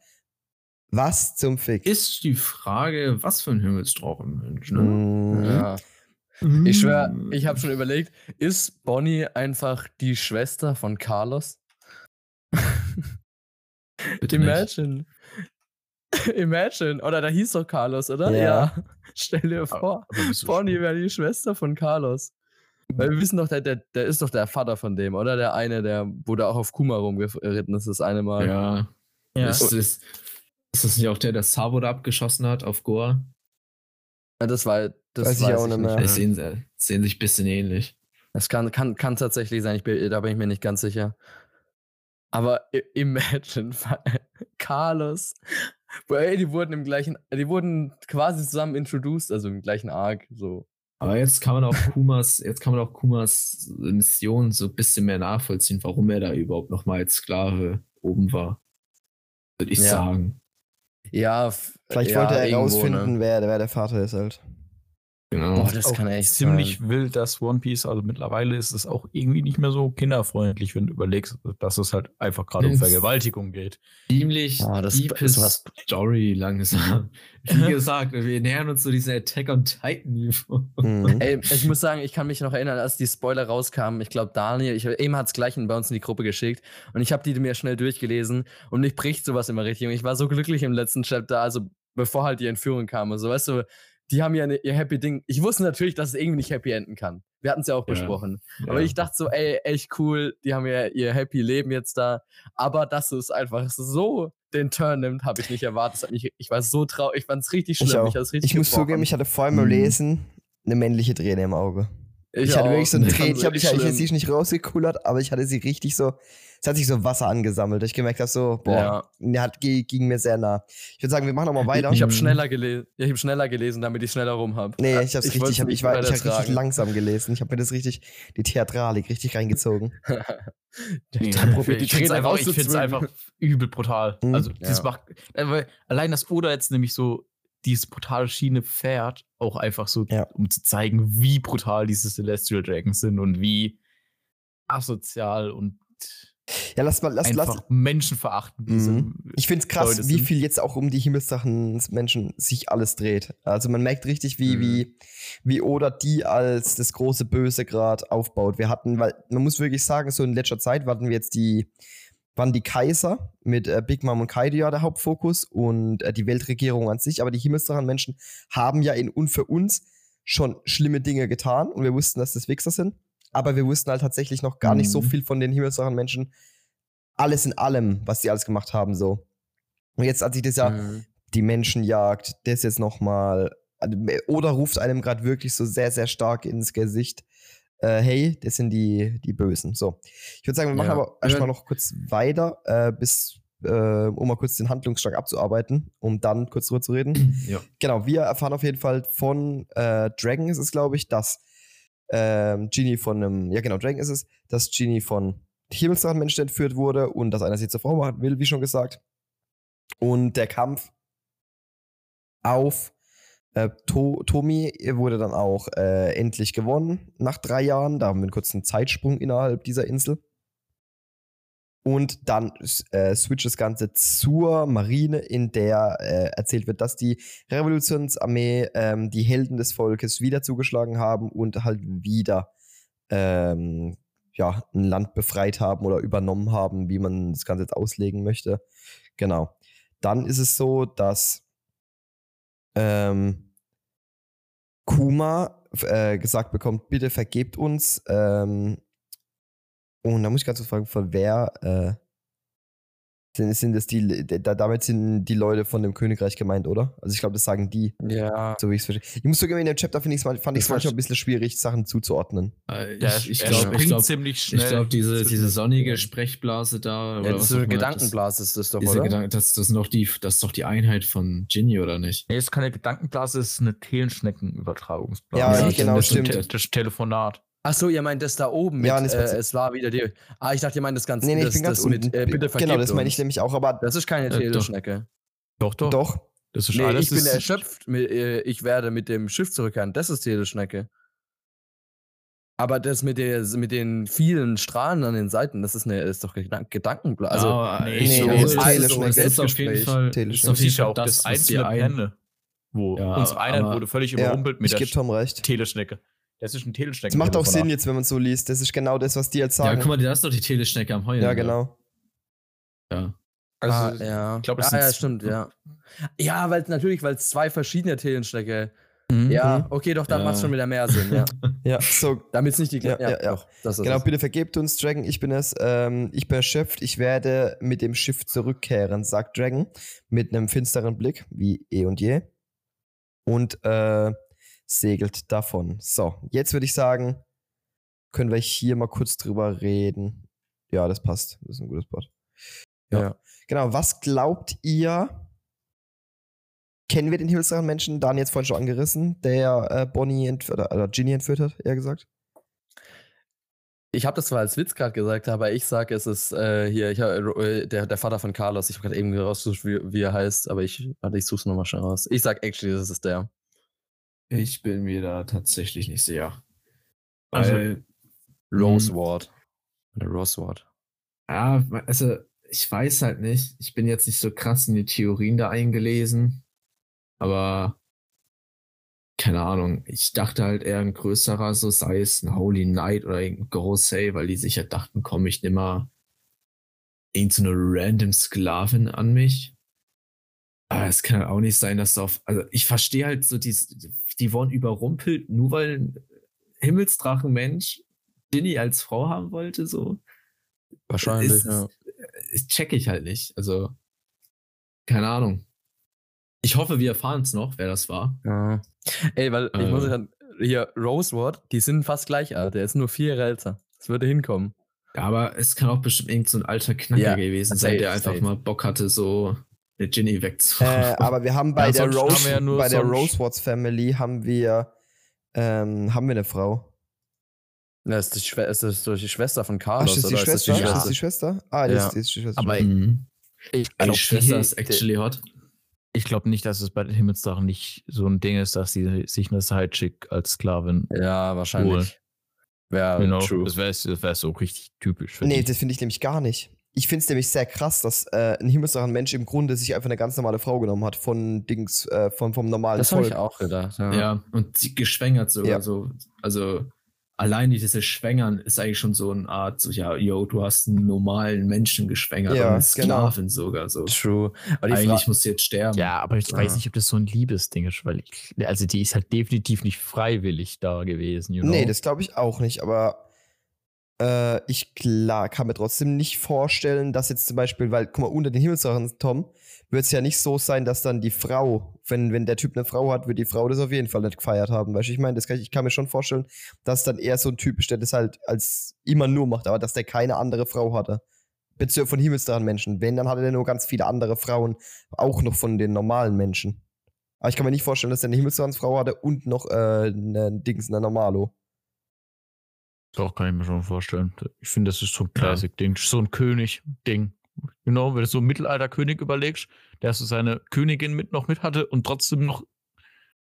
S1: Was zum Fick.
S2: ist die Frage, was für ein Himmelsdrachenmensch, ne?
S1: Mhm.
S3: Ja. Ich schwör, ich habe schon überlegt, ist Bonnie einfach die Schwester von Carlos?
S2: Bitte nicht.
S3: Imagine. Imagine. Oder da hieß doch Carlos, oder?
S1: Ja.
S3: Stell dir vor,
S2: Aber wieso
S3: Bonnie wäre die Schwester von Carlos. Weil wir wissen doch, der, der, der ist doch der Vater von dem, oder? Der eine, der, wo da auch auf Kuma rumgeritten ist, das eine Mal.
S2: Ja.
S4: Ja.
S2: Ist, ist, ist das nicht auch der, der Sabo da abgeschossen hat auf Goa?
S3: Ja, Das war, das
S1: Weiß ich
S3: weiß
S1: auch nicht mehr.
S2: Die Sehen, äh, sehen sich ein bisschen ähnlich.
S3: Das kann, kann, kann tatsächlich sein, ich bin, da bin ich mir nicht ganz sicher. Aber i- imagine, Carlos. Ey, die wurden im gleichen, die wurden quasi zusammen introduced, also im gleichen Arc, so.
S2: Aber jetzt kann man auch Kumas, jetzt kann man auch Kumas Mission so ein bisschen mehr nachvollziehen, warum er da überhaupt nochmal als Sklave oben war. Würde ich
S3: Ja.
S2: sagen.
S3: Ja, f-
S1: Vielleicht
S3: ja,
S1: wollte er
S3: irgendwo,
S1: herausfinden,
S3: ne?
S1: wer, wer der Vater ist halt.
S2: Genau.
S3: Boah,
S1: Oh,
S3: das kann echt
S4: ziemlich
S3: sein.
S4: wild, dass One Piece, also mittlerweile ist es auch irgendwie nicht mehr so kinderfreundlich, wenn du überlegst, dass es halt einfach gerade um
S2: Wenn's-
S4: Vergewaltigung geht.
S2: ziemlich
S3: Ah, das
S2: deepes
S3: ist was-
S2: Story langsam. Wie gesagt, wir nähern uns so diesem Attack on Titan Niveau.
S1: Mhm.
S3: Ey, ich muss sagen, ich kann mich noch erinnern, als die Spoiler rauskamen. Ich glaube, Daniel, ich, eben hat es gleich in- bei uns in die Gruppe geschickt und ich habe die mir schnell durchgelesen und mich bricht sowas immer richtig. Und ich war so glücklich im letzten Chapter, also bevor halt die Entführung kam und so, weißt du, die haben ja eine, ihr Happy Ding. Ich wusste natürlich, dass es irgendwie nicht happy enden kann. Wir hatten es ja auch
S2: Ja.
S3: besprochen. Aber
S2: Ja.
S3: ich dachte so, ey, echt cool, die haben ja ihr happy Leben jetzt da. Aber dass es einfach so den Turn nimmt, habe ich nicht erwartet. Das hat mich, ich war so traurig, ich fand es richtig
S1: Ich
S3: schlimm.
S1: auch.
S3: Ich, hab's richtig
S1: Ich muss
S3: gebrochen.
S1: zugeben, ich hatte vorher beim
S2: Mhm.
S1: Lesen eine männliche Träne im Auge. Ich, hatte
S3: auch.
S1: wirklich so eine
S3: fand's
S1: Träne, ich habe
S3: richtig
S1: hab,
S3: schlimm.
S1: sie nicht rausgekullert, aber ich hatte sie richtig so, es hat sich so Wasser angesammelt. Ich gemerkt habe so, boah,
S3: Ja.
S1: ja. hat, ge- ging mir sehr nah. Ich würde sagen, wir machen nochmal weiter.
S3: Ich habe
S2: Mhm.
S3: schneller gelesen. Ich habe schneller gelesen, damit ich schneller rum habe.
S1: nee, ich habe
S3: Äh, ich
S1: ich
S3: wollt's
S1: richtig, hab,
S3: nicht
S1: ich war, ich hab richtig
S3: weitertragen.
S1: langsam gelesen. Ich habe mir das richtig, die Theatralik richtig reingezogen.
S4: Ich
S3: probier die
S4: finde es
S3: Tränen
S4: einfach, ich find's
S3: rauszuzwicken.
S4: einfach übel brutal.
S2: Hm,
S1: Mhm.
S4: Also das
S3: Ja.
S4: macht, äh, weil allein dass Oda jetzt nämlich so diese brutale Schiene fährt, auch einfach so,
S1: Ja.
S4: um zu zeigen, wie brutal diese Celestial Dragons sind und wie asozial und
S1: Ja, lass mal, lass, lass.
S4: einfach menschenverachtend diese
S1: Mhm. Ich finde es krass,
S4: Leute
S1: wie
S4: sind-
S1: viel jetzt auch um die Himmelssachen Menschen sich alles dreht. Also man merkt richtig, wie,
S3: Mhm.
S1: wie, wie Oda die als das große Böse gerade aufbaut. Wir hatten, weil man muss wirklich sagen, so in letzter Zeit hatten wir jetzt die, waren die Kaiser mit äh, Big Mom und Kaido ja der Hauptfokus und äh, die Weltregierung an sich, aber die Himmelssachen Menschen haben ja in und für uns schon schlimme Dinge getan und wir wussten, dass das Wichser sind. Aber wir wussten halt tatsächlich noch gar nicht so
S4: Mhm.
S1: viel von den Himmelssachen Menschen. Alles in allem, was die alles gemacht haben, so. Und jetzt, als ich das ja,
S3: Mhm.
S1: die Menschenjagd, das jetzt nochmal. Oder ruft einem gerade wirklich so sehr, sehr stark ins Gesicht. Äh, hey, das sind die, die Bösen. So. Ich würde sagen, wir machen
S3: Ja.
S1: aber erstmal noch kurz weiter, äh, bis, äh, um mal kurz den Handlungsstrang abzuarbeiten, um dann kurz drüber zu reden
S2: ja.
S1: genau, wir erfahren auf jeden Fall von äh, Dragon ist es, glaube ich, dass ähm, Genie von einem, ja genau, Dragon ist es, dass Genie von Himmelsdrachenmenschen entführt wurde und dass einer sie zur Frau machen will, wie schon gesagt. Und der Kampf auf äh, to Tomi wurde dann auch äh, endlich gewonnen nach drei Jahren. Da haben wir einen kurzen Zeitsprung innerhalb dieser Insel. Und dann äh, switcht das Ganze zur Marine, in der äh, erzählt wird, dass die Revolutionsarmee ähm, die Helden des Volkes wieder zugeschlagen haben und halt wieder ähm, ja, ein Land befreit haben oder übernommen haben, wie man das Ganze jetzt auslegen möchte. Genau. Dann ist es so, dass ähm, Kuma f- äh, gesagt bekommt, bitte vergebt uns. Ähm, und da muss ich ganz kurz fragen, von wer äh, sind, sind das die, da, damit sind die Leute von dem Königreich gemeint, oder? Also ich glaube, das sagen die,
S3: Ja.
S1: so wie ich es verstehe. Ich muss sogar in dem Chapter finde ich es fand ich
S3: Das war-
S1: manchmal ein bisschen schwierig, Sachen zuzuordnen.
S2: Äh,
S4: Der,
S2: Ich, ich
S4: er
S2: glaube,
S4: springt
S2: ich glaube,
S4: ziemlich schnell.
S2: ich glaub, diese,
S4: zwischen-
S2: diese sonnige Sprechblase da. Oder
S3: ja das
S2: was
S3: ist so eine
S2: auch immer, das-
S3: Gedankenblase ist das doch,
S2: Diese
S3: oder?
S2: Gedanken, das, das, sind doch die, das ist doch die Einheit von Ginny, oder nicht?
S4: Nee, ist keine Gedankenblase, es ist eine Telenschneckenübertragungsblase.
S1: Ja,
S2: Ja, genau,
S4: das ist ein
S1: stimmt.
S4: Te- Das Telefonat.
S3: Ach so, ihr meint das da oben mit,
S1: Ja, das meinst
S3: äh,
S1: du.
S3: es war wieder die. Ah, ich dachte, ihr meint das ganze
S1: Nee, nee,
S3: das,
S1: ich bin ganz
S3: das mit,
S1: unten.
S3: äh, bitte vergebt
S1: genau, das meine ich
S3: uns.
S1: nämlich auch, aber
S3: Das ist keine
S2: doch.
S3: Teleschnecke.
S4: Doch,
S1: doch.
S4: Das ist
S3: Nee,
S4: alles.
S3: ich bin
S4: ist-
S3: erschöpft. mit, äh, Ich werde mit dem Schiff zurückkehren. Das ist Teleschnecke. Aber das mit, der, mit den vielen Strahlen an den Seiten, das ist, eine, ist doch Gedank Gedankenblase. Also,
S2: Ah,
S4: nee,
S2: ich
S1: nee,
S2: glaube,
S1: das ist
S2: es
S1: Teleschneck,
S2: es ist auf
S3: Selbstgespräch.
S2: jeden Fall. es
S1: Teleschneck.
S2: ist
S4: Das
S2: auf jeden
S4: ist ja
S2: Fall
S4: auch das,
S2: was
S4: einzelne
S2: die ein-
S4: Panel, wo
S2: Ja,
S4: unsere Einheit
S2: aber-
S4: wurde völlig
S1: Ja,
S4: überrumpelt mit
S1: ich
S4: der
S1: gebe Tom recht.
S4: Teleschnecke. Das ist ein Teleschnecke.
S1: Das macht auch Sinn jetzt, wenn man es so liest. genau Das ist genau das, was die jetzt
S2: Ja,
S1: sagen. genau.
S2: guck mal, da ist doch die Teleschnecke am Heulen.
S1: Ja, genau.
S2: Ja.
S4: Also,
S3: ah, ja.
S4: ich glaub, das
S3: ah,
S4: sind
S3: ja,
S4: z-
S3: stimmt, ja. Ja, weil natürlich, weil es zwei verschiedene Thelen stecke.
S1: Ah,
S4: mhm.
S3: Ja, okay, doch, dann
S2: Ja.
S3: macht's schon wieder mehr Sinn, ja.
S1: Ja, so
S3: Damit es nicht die gleiche.
S1: Ja, ja, ja.
S3: Doch, das ist
S1: Genau,
S3: es.
S1: bitte vergebt uns, Dragon, ich bin es. Ähm, ich bin erschöpft, ich werde mit dem Schiff zurückkehren, sagt Dragon, mit einem finsteren Blick, wie eh und je. Und äh, segelt davon. So, jetzt würde ich sagen, können wir hier mal kurz drüber reden. Ja, das passt. Das ist ein gutes Wort. Ja.
S3: Ja.
S1: Genau, was glaubt ihr? Kennen wir den himmelsdrachen Menschen? Dan jetzt vorhin schon angerissen, der äh, Bonnie entf- oder, oder Ginny entführt hat, eher gesagt.
S3: Ich habe das zwar als Witz gerade gesagt, aber ich sage, es ist äh, hier ich, hab, äh, der, der Vater von Carlos. Ich habe gerade eben rausgesucht, wie, wie er heißt, aber ich, warte, ich suche es nochmal schnell raus. Ich sag actually, das ist der.
S2: Ich bin mir da tatsächlich nicht sicher.
S4: Also-
S2: Weil,
S3: Rose Ward. Oder Rose Ward.
S2: ja, also ich weiß halt nicht. Ich bin jetzt nicht so krass in die Theorien da eingelesen. Aber keine Ahnung. Ich dachte halt eher ein größerer, so sei es ein Holy Knight oder irgendein Gorosei, weil die sich halt dachten, komm, ich nehme mal irgendeine random Sklavin an mich. Aber es kann halt auch nicht sein, dass du auf. Also ich verstehe halt so, die, die wurden überrumpelt, nur weil ein Himmelsdrachenmensch Ginny als Frau haben wollte, so.
S3: Wahrscheinlich,
S2: Ist-
S3: ja.
S2: Das check ich halt nicht. Also, keine Ahnung. Ich hoffe, wir erfahren es noch, wer das war.
S3: ja. Ey, weil ich
S2: Äh.
S3: muss sagen, hier, Rose Ward, die sind fast gleich alt. Der ist nur vier Jahre älter. Das würde hinkommen.
S2: Ja, aber es kann auch bestimmt irgend so ein alter Knacker
S3: Ja,
S2: gewesen
S3: safe,
S2: sein, der einfach
S3: safe.
S2: mal Bock hatte, so eine Ginny wegzufahren.
S1: Äh, aber wir haben bei
S4: Ja,
S1: der
S4: sonst haben
S1: Rose,
S4: wir ja nur
S1: bei der
S4: sonst-
S1: Rose Watts Family haben wir ähm, haben wir eine Frau.
S3: Ja, ist, die Schwe- ist das durch die Schwester von
S1: Ach,
S3: Carlos?
S1: Also, ist das die Schwester?
S3: oder Ist das
S1: Ist
S3: die
S1: das
S3: Schwester?
S1: die Schwester? Ah, die
S3: Ja.
S1: ist, die ist die Schwester.
S4: Aber
S2: mhm.
S3: Ich
S2: Die
S3: glaub,
S2: Schwester
S3: die-
S2: ist actually hot.
S4: ich glaube nicht, dass es bei den Himmelsdrachen nicht so ein Ding ist, dass sie sich eine Sidechick als Sklavin
S3: Ja, wahrscheinlich. Ja,
S4: Genau,
S3: true.
S4: das wäre das wär so richtig typisch für
S1: nee,
S4: die.
S1: das finde ich nämlich gar nicht. Ich finde es nämlich sehr krass, dass äh, ein himmelsdrachen Mensch im Grunde sich einfach eine ganz normale Frau genommen hat von Dings, äh, von, vom normalen
S3: Das habe
S1: Volk.
S3: ich auch gedacht.
S2: Ja, und sie geschwängert sogar
S1: Ja.
S2: so. Also allein dieses Schwängern ist eigentlich schon so eine Art, so, ja, yo, du hast einen normalen Menschen geschwängert
S1: Ja,
S2: und eine
S1: genau.
S2: Sklavin sogar so.
S3: True. Aber die Fra-
S2: Eigentlich muss sie jetzt sterben.
S4: Ja, aber ich weiß
S3: Ja.
S4: nicht, ob das so ein Liebesding ist, weil ich, also die ist halt definitiv nicht freiwillig da gewesen, you know?
S1: Nee, das glaube ich auch nicht, aber äh, ich klar, kann mir trotzdem nicht vorstellen, dass jetzt zum Beispiel, weil, guck mal, unter den Himmelssachen, Tom, wird es ja nicht so sein, dass dann die Frau, wenn, wenn der Typ eine Frau hat, wird die Frau das auf jeden Fall nicht gefeiert haben. Weißt du, ich meine, das kann ich, ich kann mir schon vorstellen, dass dann eher so ein Typ ist, der das halt als immer nur macht, aber dass der keine andere Frau hatte. Bezüglich von Himmelsdrachen Menschen. Wenn, dann hatte der nur ganz viele andere Frauen, auch noch von den normalen Menschen. Aber ich kann mir nicht vorstellen, dass der eine Himmelsdrachenfrau hatte und noch äh, eine Dings, eine Normalo.
S4: Doch, kann ich mir schon vorstellen. Ich finde, das ist so ein Classic-Ding, so ein König-Ding. Genau, wenn du so einen Mittelalter-König überlegst, der so seine Königin mit noch mit hatte und trotzdem noch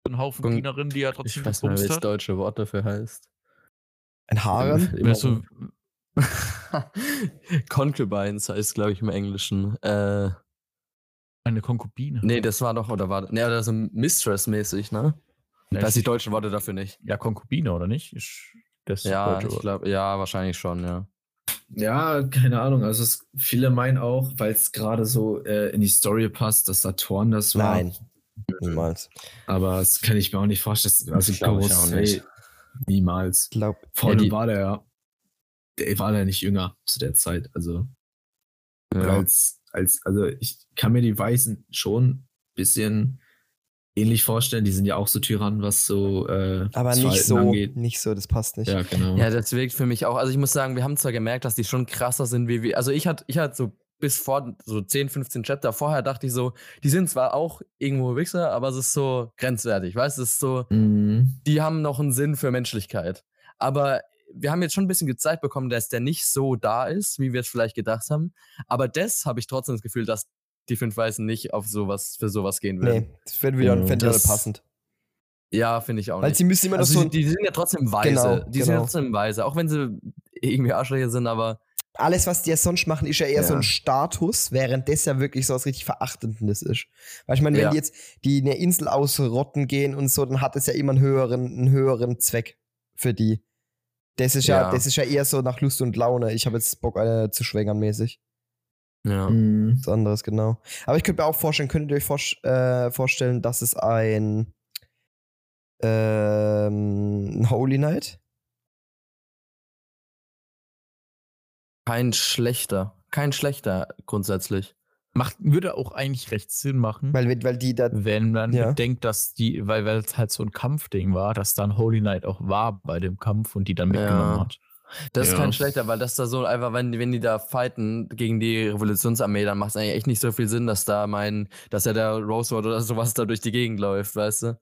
S4: einen Haufen
S3: Und-
S4: Dienerinnen, die er trotzdem
S3: Ich weiß nicht,
S4: gebumst
S3: welches
S4: hat.
S3: deutsche Wort dafür heißt.
S1: Ein Harem?
S4: Weißt du,
S3: Concubines heißt, glaube ich, im Englischen. Äh,
S4: eine Konkubine.
S3: nee, das war doch, oder war Nee, oder so Mistress-mäßig, ne?
S4: Ja,
S3: Ich weiß die
S4: ich-
S3: deutschen Worte dafür nicht.
S4: Ja, Konkubine, oder nicht? Ist das
S3: Ja,
S4: deutsche
S3: ich
S4: Wort.
S3: glaube, ja, wahrscheinlich schon, ja.
S2: Ja, keine Ahnung. Also es, viele meinen auch, weil es gerade so äh, in die Story passt, dass Saturn das war.
S1: Nein. Niemals.
S2: Aber das kann ich mir auch nicht vorstellen. Also
S3: Das glaub ich
S2: Gorosei
S3: auch nicht.
S2: Niemals.
S1: Glaub,
S2: Vor
S3: Ja,
S2: allem
S3: die-
S2: war der ja, der war der nicht jünger zu der Zeit. Also
S3: ja.
S2: als, als, also ich kann mir die Weißen schon ein bisschen ähnlich vorstellen. Die sind ja auch so Tyrannen, was so äh,
S1: aber
S2: das
S1: nicht
S2: Verhalten
S1: so,
S2: angeht.
S1: nicht so, das passt nicht.
S2: Ja, genau.
S3: Ja, das wirkt für mich auch. Also ich muss sagen, wir haben zwar gemerkt, dass die schon krasser sind, wie wir. Also ich hatte ich hatte so bis vor so 10, 15 Chapter vorher dachte ich so, die sind zwar auch irgendwo Wichser, aber es ist so grenzwertig, weißt du? Es ist so,
S2: Mhm.
S3: die haben noch einen Sinn für Menschlichkeit. Aber wir haben jetzt schon ein bisschen gezeigt bekommen, dass der nicht so da ist, wie wir es vielleicht gedacht haben. Aber das habe ich trotzdem das Gefühl, dass die fünf Weißen nicht auf sowas für sowas gehen würden.
S1: Nee, das wird wieder ein
S2: Mhm.
S1: Fenster
S3: Das-
S1: passend.
S3: Ja, finde ich auch
S1: Weil
S3: nicht.
S1: sie müssen immer
S3: Also
S1: noch
S3: die,
S1: so.
S3: die sind ja trotzdem weise.
S1: Genau,
S3: die sind ja
S1: genau.
S3: trotzdem weise, auch wenn sie irgendwie Arschlöcher sind, aber
S1: alles, was die ja sonst machen, ist ja eher so
S3: Ja.
S1: ein Status, während das ja wirklich so was richtig Verachtendes ist. Weil ich meine, wenn
S3: Ja.
S1: die jetzt die eine Insel ausrotten gehen und so, dann hat es ja immer einen höheren, einen höheren Zweck für die. Das ist ja,
S3: Ja.
S1: das ist ja eher so nach Lust und Laune. Ich habe jetzt Bock, eine zu schwängern äh, mäßig.
S3: Ja.
S2: Mhm.
S1: Was anderes, genau. Aber ich könnte mir auch vorstellen, könntet ihr euch vorsch- äh, vorstellen, dass es ein, ähm, ein Holy Night?
S3: Kein schlechter. Kein schlechter grundsätzlich.
S4: Macht, würde auch eigentlich recht Sinn machen,
S1: Weil, wir- weil die da.
S4: wenn man
S1: Ja.
S4: bedenkt, dass die, weil weil es halt so ein Kampfding war, dass dann Holy Knight auch war bei dem Kampf und die dann mitgenommen
S3: Ja.
S4: hat.
S3: Das ist
S2: Ja.
S3: kein schlechter, weil das da so einfach, wenn, wenn die da fighten gegen die Revolutionsarmee, dann macht es eigentlich echt nicht so viel Sinn, dass da mein, dass ja der Rosewood oder sowas da durch die Gegend läuft, weißt du?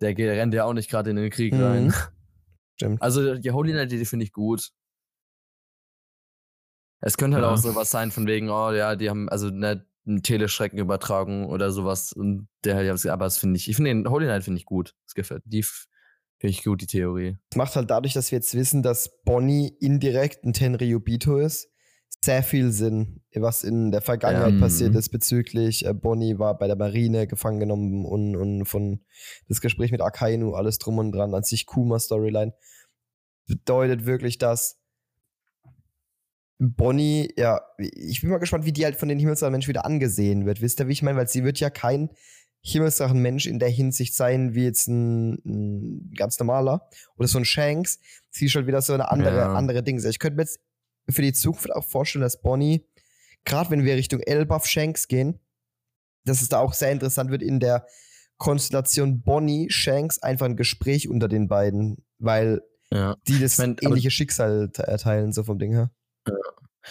S3: Der ge- rennt ja auch nicht gerade in den Krieg
S1: Mhm.
S3: rein.
S1: Stimmt.
S3: Also die Holy Night Idee finde ich gut. Es könnte halt
S4: Ja.
S3: auch sowas sein von wegen, oh ja, die haben also ne, einen Teleschrecken übertragen oder sowas und der halt, ja, aber das finde ich, ich finde den Holy Night finde ich gut. Das gefällt, die f- finde ich gut, die Theorie.
S1: Das macht halt dadurch, dass wir jetzt wissen, dass Bonnie indirekt ein Tenryubito ist, sehr viel Sinn, was in der Vergangenheit
S2: Ja.
S1: passiert
S2: Mhm.
S1: ist bezüglich äh, Bonnie war bei der Marine gefangen genommen und, und von das Gespräch mit Akainu, alles drum und dran, an sich Kuma-Storyline. Bedeutet wirklich, dass Bonnie, ja, ich bin mal gespannt, wie die halt von den Himmelsdrachenmenschen wieder angesehen wird. Wisst ihr, wie ich meine? Weil sie wird ja kein Himmelsdrachenmensch in der Hinsicht sein, wie jetzt ein, ein ganz normaler oder so ein Shanks. Sie ist halt wieder so eine andere,
S3: Ja.
S1: andere Dings. Ich könnte mir jetzt für die Zukunft auch vorstellen, dass Bonnie, gerade wenn wir Richtung Elbaf Shanks gehen, dass es da auch sehr interessant wird in der Konstellation Bonnie, Shanks, einfach ein Gespräch unter den beiden, weil
S3: Ja.
S1: die das
S3: Ich mein, aber-
S1: ähnliche Schicksal te- erteilen, so vom Ding her.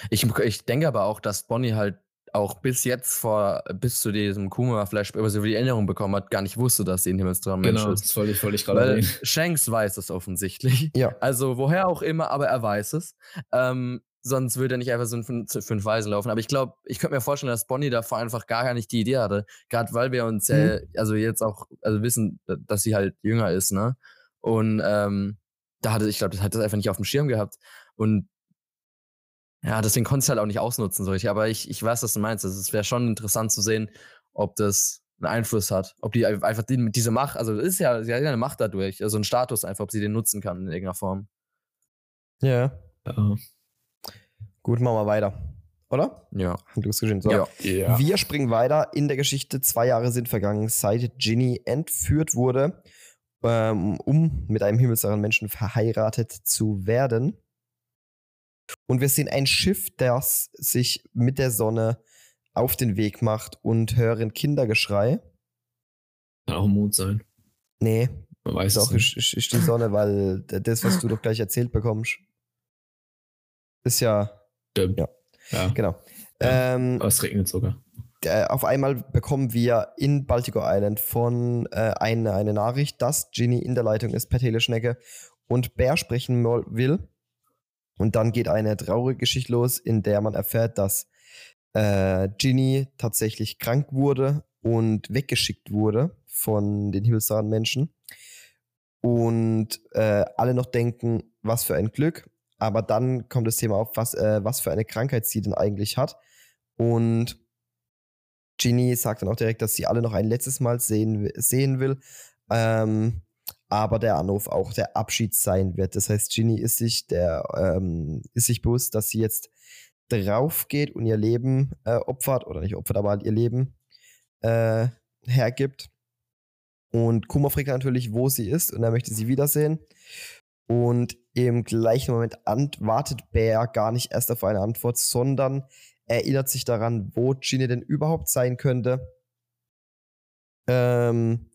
S3: Ich, ich denke aber auch, dass Bonnie halt auch bis jetzt vor, bis zu diesem Kuma-Flash, über sie die Erinnerung bekommen hat, gar nicht wusste, dass sie ein Himmelsdrachenmensch
S2: Genau,
S3: ist.
S2: das wollte ich, wollte ich gerade
S3: Weil
S2: erwähnen.
S3: Shanks weiß es offensichtlich.
S1: Ja.
S3: Also woher auch immer, aber er weiß es. Ähm, sonst würde er nicht einfach so einen fün- zu fünf Weisen laufen. Aber ich glaube, ich könnte mir vorstellen, dass Bonnie davor einfach gar, gar nicht die Idee hatte. Gerade weil wir uns äh, also jetzt auch also wissen, d- dass sie halt jünger ist, ne? Und ähm, da hatte ich glaube, das hat das einfach nicht auf dem Schirm gehabt. Und ja, deswegen konnte ich es halt auch nicht ausnutzen, so richtig. Aber ich, ich weiß, was du meinst. Also, es wäre schon interessant zu sehen, ob das einen Einfluss hat. Ob die ein- einfach die, diese Macht, also das ist ja, sie hat ja eine Macht dadurch, also einen Status einfach, ob sie den nutzen kann in irgendeiner Form.
S1: Ja.
S2: Ja.
S1: Gut, machen wir weiter. Oder?
S3: Ja.
S1: Handlungsgeschehen. So.
S3: Ja.
S2: Ja.
S1: Wir springen weiter in der Geschichte. Zwei Jahre sind vergangen, seit Ginny entführt wurde, ähm, um mit einem himmelssachen Menschen verheiratet zu werden. Und wir sehen ein Schiff, das sich mit der Sonne auf den Weg macht und hören Kindergeschrei.
S2: Kann auch ein Mond sein.
S1: Nee,
S2: Man weiß
S1: Doch,
S2: es
S1: ist,
S2: nicht.
S1: ist, ist die Sonne, weil d- das, was du doch gleich erzählt bekommst, ist ja,
S2: Stimmt.
S1: Ja.
S2: ja.
S1: genau.
S2: Ja.
S1: Ähm,
S2: Aber es regnet sogar.
S1: äh, auf einmal bekommen wir in Baltico Island von äh, eine, eine Nachricht, dass Ginny in der Leitung ist per Teleschnecke und Bär sprechen mol- will. Und dann geht eine traurige Geschichte los, in der man erfährt, dass äh, Ginny tatsächlich krank wurde und weggeschickt wurde von den himmelssahen Menschen. Und äh, alle noch denken, was für ein Glück. Aber dann kommt das Thema auf, was, äh, was für eine Krankheit sie denn eigentlich hat. Und Ginny sagt dann auch direkt, dass sie alle noch ein letztes Mal sehen, wi- sehen will. Ähm, aber der Anruf auch der Abschied sein wird. Das heißt, Ginny ist sich, der, ähm, ist sich bewusst, dass sie jetzt drauf geht und ihr Leben äh, opfert, oder nicht opfert, aber halt ihr Leben äh, hergibt. Und Kuma fragt natürlich, wo sie ist, und er möchte sie wiedersehen. Und im gleichen Moment ant- wartet Bär gar nicht erst auf eine Antwort, sondern erinnert sich daran, wo Genie denn überhaupt sein könnte. Ähm,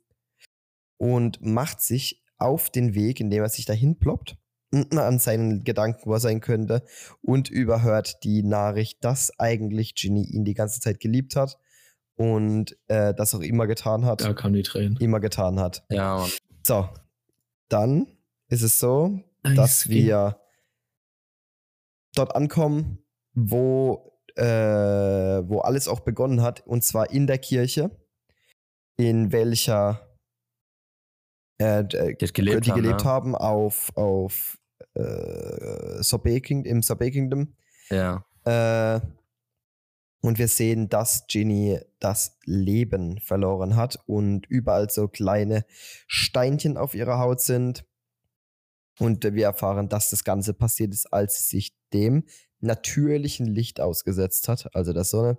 S1: und macht sich auf den Weg, indem er sich dahin ploppt, mm, an seinen Gedanken, wo er sein könnte, und überhört die Nachricht, dass eigentlich Ginny ihn die ganze Zeit geliebt hat und äh, das auch immer getan hat,
S2: Da kamen die Tränen.
S1: immer getan hat.
S3: Ja, Mann.
S1: So, dann ist es so, dass
S2: Nice.
S1: wir dort ankommen, wo, äh, wo alles auch begonnen hat, und zwar in der Kirche, in welcher äh, d-
S3: Die hat
S1: die
S3: gelebt. haben,
S1: gelebt
S3: ja.
S1: haben auf, auf äh, Sorbet Kingdom, im Sorbet Kingdom.
S3: Ja.
S1: Äh, und wir sehen, dass Ginny das Leben verloren hat und überall so kleine Steinchen auf ihrer Haut sind. Und wir erfahren, dass das Ganze passiert ist, als sie sich dem natürlichen Licht ausgesetzt hat, also der Sonne.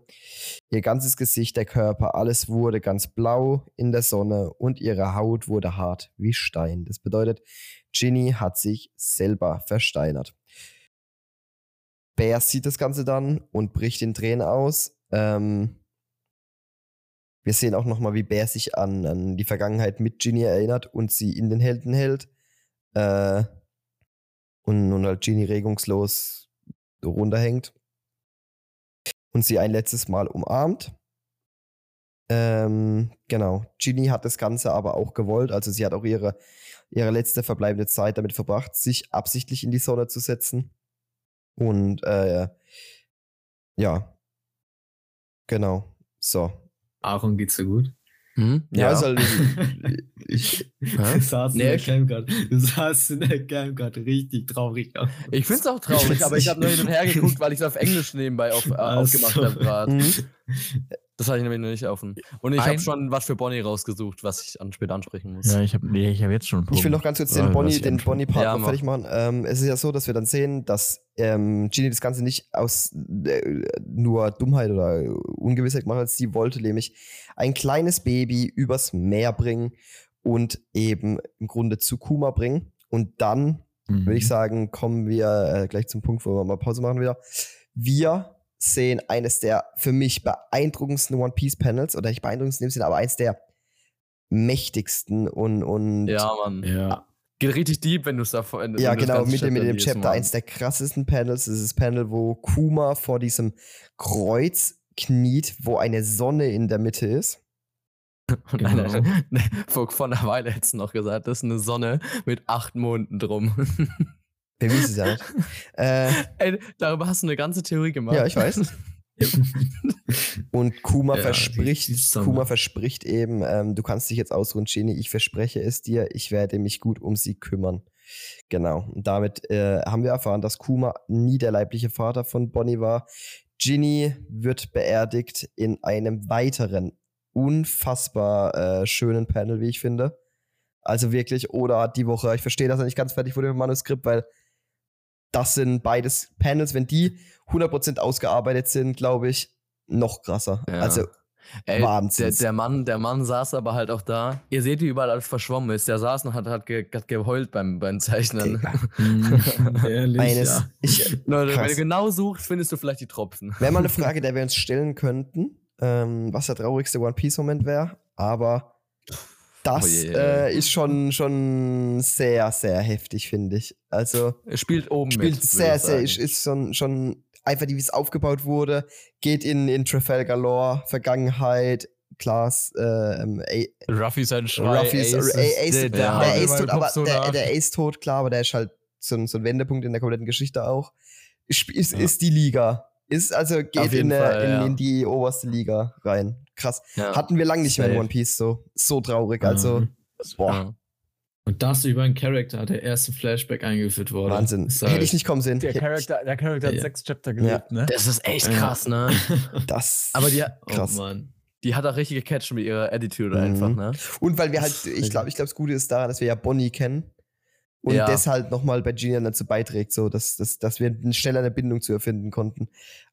S1: Ihr ganzes Gesicht, der Körper, alles wurde ganz blau in der Sonne und ihre Haut wurde hart wie Stein. Das bedeutet, Ginny hat sich selber versteinert. Bear sieht das Ganze dann und bricht in Tränen aus. Ähm, wir sehen auch nochmal, wie Bear sich an, an die Vergangenheit mit Ginny erinnert und sie in den Helden hält. Äh, und, und halt Ginny regungslos runterhängt. Und sie ein letztes Mal umarmt. Ähm, genau. Ginny hat das Ganze aber auch gewollt. Also sie hat auch ihre, ihre letzte verbleibende Zeit damit verbracht, sich absichtlich in die Sonne zu setzen. Und äh, ja. Genau. So.
S2: Aaron geht's dir gut?
S3: Hm?
S1: Ja,
S3: Ja,
S1: ist halt. ich,
S2: Du saßt
S3: Nee,
S2: in der
S3: ich-
S2: Cam gerade. Du saßt in der Cam gerade richtig traurig aus.
S3: Ich find's auch traurig, aber ich habe nur hin und her geguckt, weil ich es auf Englisch nebenbei auf, äh,
S2: Ach
S3: aufgemacht
S2: so.
S3: habe gerade.
S1: Mhm.
S3: Das hatte ich nämlich noch nicht offen. Und ich habe
S4: Ein-
S3: schon was für Bonnie rausgesucht, was ich an später ansprechen muss.
S4: Ja, ich habe nee, ich hab jetzt schon einen
S1: Ich will
S4: Punkt.
S1: noch ganz kurz
S4: Ah,
S1: den
S4: was
S1: Bonnie,
S4: ich
S1: den
S4: anfangen.
S1: Bonnie Part
S3: Ja,
S1: noch fertig machen. Ähm, es ist ja so, dass wir dann sehen, dass ähm, Ginny das Ganze nicht aus äh, nur Dummheit oder Ungewissheit gemacht hat. Sie wollte nämlich ein kleines Baby übers Meer bringen und eben im Grunde zu Kuma bringen. Und dann
S4: Mhm.
S1: würde ich sagen, kommen wir äh, gleich zum Punkt, wo wir mal Pause machen wieder. Wir sehen eines der für mich beeindruckendsten One Piece Panels, oder nicht beeindruckendsten in dem Sinne, aber eins der mächtigsten und, und
S3: Ja, Mann.
S2: Ja.
S3: Geht richtig deep, wenn du es da vor- wenn
S1: ja,
S3: du das
S1: genau,
S3: ganze
S1: mit, dem- mit dem
S3: liest,
S1: Chapter,
S3: Mann.
S1: eins der krassesten Panels. Das ist das Panel, wo Kuma vor diesem Kreuz kniet, wo eine Sonne in der Mitte ist.
S3: Nein,
S2: Genau.
S3: nein, nein. Ne, Vor, vor einer Weile hättest du noch gesagt, das ist eine Sonne mit acht Monden drum.
S1: Wir wissen es ja nicht. äh,
S3: Ey, darüber hast du eine ganze Theorie gemacht.
S1: Ja, ich weiß. und Kuma
S2: Ja,
S1: verspricht,
S2: die- die Sonne.
S1: Kuma verspricht eben, ähm, du kannst dich jetzt ausruhen, Genie, ich verspreche es dir, ich werde mich gut um sie kümmern. Genau. Und damit äh, haben wir erfahren, dass Kuma nie der leibliche Vater von Bonnie war. Ginny wird beerdigt in einem weiteren unfassbar äh, schönen Panel, wie ich finde. Also wirklich, oder die Woche. Ich verstehe, dass er nicht ganz fertig wurde mit dem Manuskript, weil das sind beides Panels. Wenn die 100% ausgearbeitet sind, glaube ich, noch krasser.
S3: Ja.
S1: Also
S3: Ey, der,
S1: Wahnsinn.
S3: der, Mann, der Mann saß aber halt auch da. Ihr seht, wie überall alles verschwommen ist. Der saß noch und hat, hat, ge, hat geheult beim, beim Zeichnen.
S4: Mhm.
S2: Hm, Ehrlich,
S1: eines.
S2: ja.
S1: Ich,
S3: Leute, wenn
S1: Krass.
S3: du genau suchst, findest du vielleicht die Tropfen.
S1: wäre mal eine Frage, der wir uns stellen könnten, ähm, was der traurigste One Piece-Moment wäre, aber. Das
S3: Oh je, je,
S1: äh, ist schon, schon sehr, sehr heftig, finde ich. Also,
S3: Spielt oben mit,
S1: spielt
S3: würde ich
S1: sehr, sehr,
S3: sagen.
S1: ist, ist schon, schon einfach, die, wie es aufgebaut wurde, geht in, in Trafalgar Law, Vergangenheit, Klaas, äh, ähm, A-
S4: Ruffy sein Schrei.
S1: Ruffys, Ace, Ace, der,
S4: der, der, haut mir
S1: Ace
S4: meinen
S1: tot,
S4: Kopf
S1: aber
S4: so
S1: der,
S4: nach.
S1: der Ace tot, klar, aber der ist halt so ein, so ein Wendepunkt in der kompletten Geschichte auch. Ist, ist,
S4: Ja.
S1: ist die Liga. Ist also geht in,
S3: jeden
S1: eine-
S3: Fall,
S1: in,
S3: ja.
S1: in die oberste Liga rein. Krass.
S3: Ja.
S1: Hatten wir lange nicht mehr in
S3: Safe.
S1: One Piece so. So traurig. Also,
S4: Mhm.
S1: boah,
S3: Ja.
S2: Und das über einen Charakter, der erste Flashback eingeführt wurde.
S1: Wahnsinn.
S2: Ist
S1: Hätte ich nicht kommen sehen.
S4: Der
S1: Hätte-
S4: Charakter, der Charakter
S2: Ja.
S4: hat sechs Chapter gelebt, ne?
S3: Das ist echt
S4: Ja.
S3: krass, ne?
S1: Das.
S3: Aber die,
S1: krass.
S2: Oh Mann.
S3: die hat auch richtig gecatcht mit ihrer Attitude
S1: Mhm.
S3: einfach, ne?
S1: Und weil wir halt, ich glaube, ich glaube, das Gute ist daran, dass wir ja Bonnie kennen. Und
S3: Ja.
S1: deshalb nochmal bei Gina dazu beiträgt, so dass, dass, dass wir eine- schneller eine Bindung zu erfinden konnten.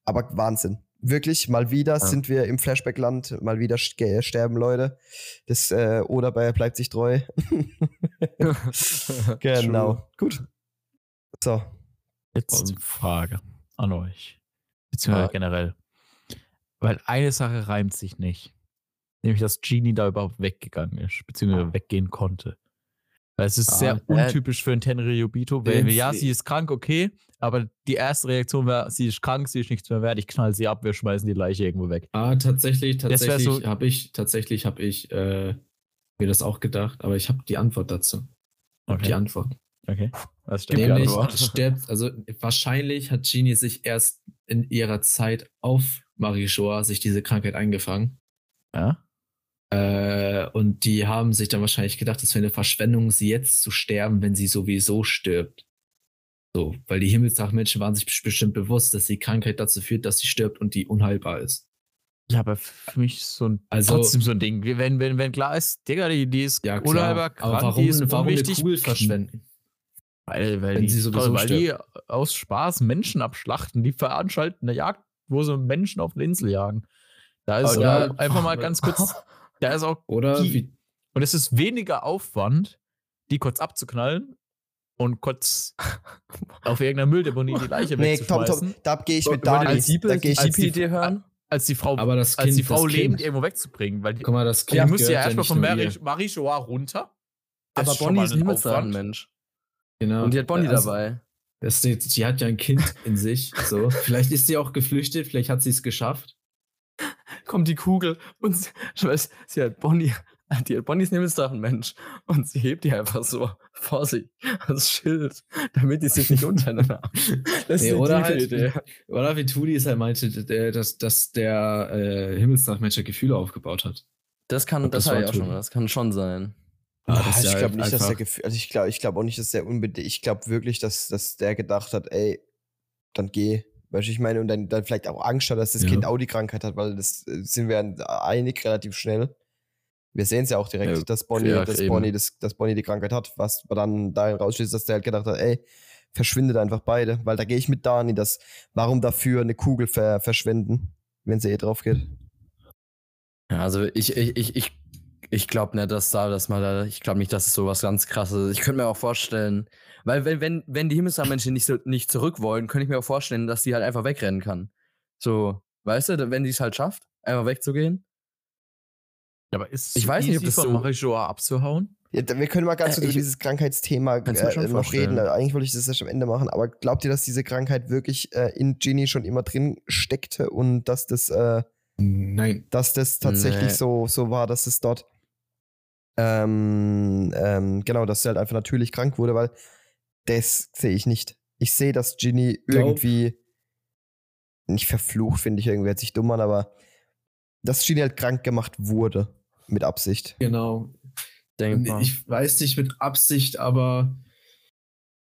S1: Aber Wahnsinn. Wirklich, mal wieder sind wir im Flashback-Land, mal wieder sch- ge- sterben Leute. Das, äh, oder bei bleibt sich treu. genau. Gut. So.
S4: Jetzt
S2: Ähm,
S4: Frage an euch. Beziehungsweise
S3: Ah.
S4: generell. Weil eine Sache reimt sich nicht. Nämlich, dass Genie da überhaupt weggegangen ist, beziehungsweise weggehen konnte. Weil es ist
S3: Ah,
S4: sehr
S3: äh,
S4: untypisch für einen Tenryubito, weil
S3: den
S4: ja,
S3: sie-
S4: sie ist krank, okay, aber die erste Reaktion war, sie ist krank, sie ist nichts mehr wert, ich knall sie ab, wir schmeißen die Leiche irgendwo weg.
S2: Ah, tatsächlich,
S4: wär
S2: tatsächlich
S4: so-
S2: habe ich, tatsächlich habe ich äh, mir das auch gedacht, aber ich habe die Antwort dazu. Hab Die Antwort.
S4: okay. Das stimmt.
S3: Gib mir
S2: Nämlich
S4: Ja,
S3: Antwort.
S2: stirbt, also wahrscheinlich hat Genie sich erst in ihrer Zeit auf Marijoa sich diese Krankheit eingefangen.
S4: Ja?
S2: Äh, und die haben sich dann wahrscheinlich gedacht, es wäre eine Verschwendung, sie jetzt zu sterben, wenn sie sowieso stirbt. So, weil die Himmelsdachmenschen waren sich bestimmt bewusst, dass die Krankheit dazu führt, dass sie stirbt und die unheilbar ist.
S4: ja, aber für mich ist so ein,
S2: Also-
S4: trotzdem so ein Ding. Wenn, wenn, wenn klar ist, Digga, die, die ist
S2: Ja, klar.
S4: unheilbar krank,
S2: Aber warum,
S4: die ist
S2: warum eine
S4: unwichtig,
S2: Kugel verschwenden?
S4: Weil, weil
S2: Wenn
S4: die,
S2: sie sowieso
S4: weil die aus Spaß Menschen abschlachten. Die veranstalten eine Jagd, wo sie Menschen auf eine Insel jagen. Da ist
S2: Oder-
S4: auch einfach mal ganz kurz, da ist auch
S2: Oder
S4: Die-
S2: wie,
S4: Und es ist weniger Aufwand, die kurz abzuknallen und kurz auf irgendeiner Mülldeponie die Leiche
S1: Nee, Tom,
S4: wegzuschmeißen,
S1: Tom, da gehe ich
S3: So,
S1: mit
S3: wollt ihr
S1: Dani.
S3: als Diebe-
S1: Da gehe ich mit
S4: als Diebe-
S3: Idee hören?
S4: als die Frau,
S2: aber das Kind,
S4: als die Frau
S2: das
S4: lebend
S2: kind,
S4: irgendwo wegzubringen. Weil die,
S2: Guck mal, das Kind
S4: die müsste ja
S2: gehört
S4: erstmal
S2: nicht
S4: von
S2: nur
S4: Mari-
S2: ihr.
S4: Marijoa runter. Das
S3: Aber
S4: schon
S3: Bonnie
S4: mal
S3: ist
S4: ein
S3: niemals da ein
S4: Aufwand.
S3: Mensch.
S2: Genau.
S3: Und die hat Bonnie
S2: Also,
S3: dabei.
S2: Das, die, die hat ja ein Kind in sich. So. Vielleicht ist sie auch geflüchtet, vielleicht hat sie es geschafft.
S3: Kommt die Kugel und sie, ich weiß, sie hat Bonnie. Die hat Bonnie ist niemals da ein Mensch. Und sie hebt die einfach so vor sich als Schild, damit die sich nicht untereinander haben. Das
S2: Nee,
S3: eine
S2: oder
S3: gute
S2: halt- Oder wie Tudi es halt meinte, der, dass, dass der äh, Himmelsnachtmensch ja Gefühle aufgebaut hat.
S3: Das kann,
S2: Ob
S3: das,
S2: das
S3: war
S2: war
S3: ja auch schon,
S2: Tudy.
S3: das kann schon sein.
S2: Ja,
S1: Ah,
S2: das ist
S1: ich
S2: ja
S1: glaube nicht, dass der
S2: einfach-
S1: Gefühl, also ich glaube ich glaub auch nicht, dass der unbedingt, ich glaube wirklich, dass, dass der gedacht hat, ey, dann geh. Weißt du, ich meine, und dann, dann vielleicht auch Angst hat, dass das
S2: Ja.
S1: Kind auch die Krankheit hat, weil das äh, sind wir an- einig relativ schnell. Wir sehen es ja auch direkt,
S2: Ja,
S1: dass, Bonnie,
S2: ja,
S1: dass,
S2: eben.
S1: Bonnie das, dass Bonnie die Krankheit hat, was dann dahin rausschließt, dass der halt gedacht hat, ey, verschwindet einfach beide, weil da gehe ich mit Dani, dass, warum dafür eine Kugel ver verschwenden, wenn sie eh drauf geht.
S3: Ja, also ich, ich, ich, ich, ich glaube nicht, dass da das mal da, ich glaube nicht, dass es sowas ganz krasses ist. Ich könnte mir auch vorstellen, weil wenn, wenn, wenn die Himmelsarmenschen nicht, so, nicht zurück wollen, könnte ich mir auch vorstellen, dass die halt einfach wegrennen kann. So, weißt du, wenn die es halt schafft, einfach wegzugehen.
S4: Ja, Aber ist es
S3: Ich weiß nicht, ob
S4: easy,
S3: das
S4: von
S3: so-
S4: Marijoa abzuhauen?
S1: Ja, da- wir können mal ganz
S3: Äh,
S1: kurz über
S3: ich-
S1: dieses Krankheitsthema
S3: Kannst du mir
S1: äh,
S3: schon
S1: noch
S3: vorstellen.
S1: reden. Eigentlich wollte ich das erst am Ende machen, aber glaubt ihr, dass diese Krankheit wirklich äh, in Genie schon immer drin steckte und dass das, äh,
S2: Nein.
S1: dass das tatsächlich
S3: Nee.
S1: so, so war, dass es dort ähm, ähm, genau, dass sie halt einfach natürlich krank wurde, weil das sehe ich nicht. Ich sehe, dass Genie
S2: Glaub-
S1: irgendwie nicht verflucht, finde ich, irgendwie hört sich dumm an, aber dass Genie halt krank gemacht wurde. Mit Absicht.
S2: Genau.
S3: Denk mal.
S2: Ich weiß nicht mit Absicht, aber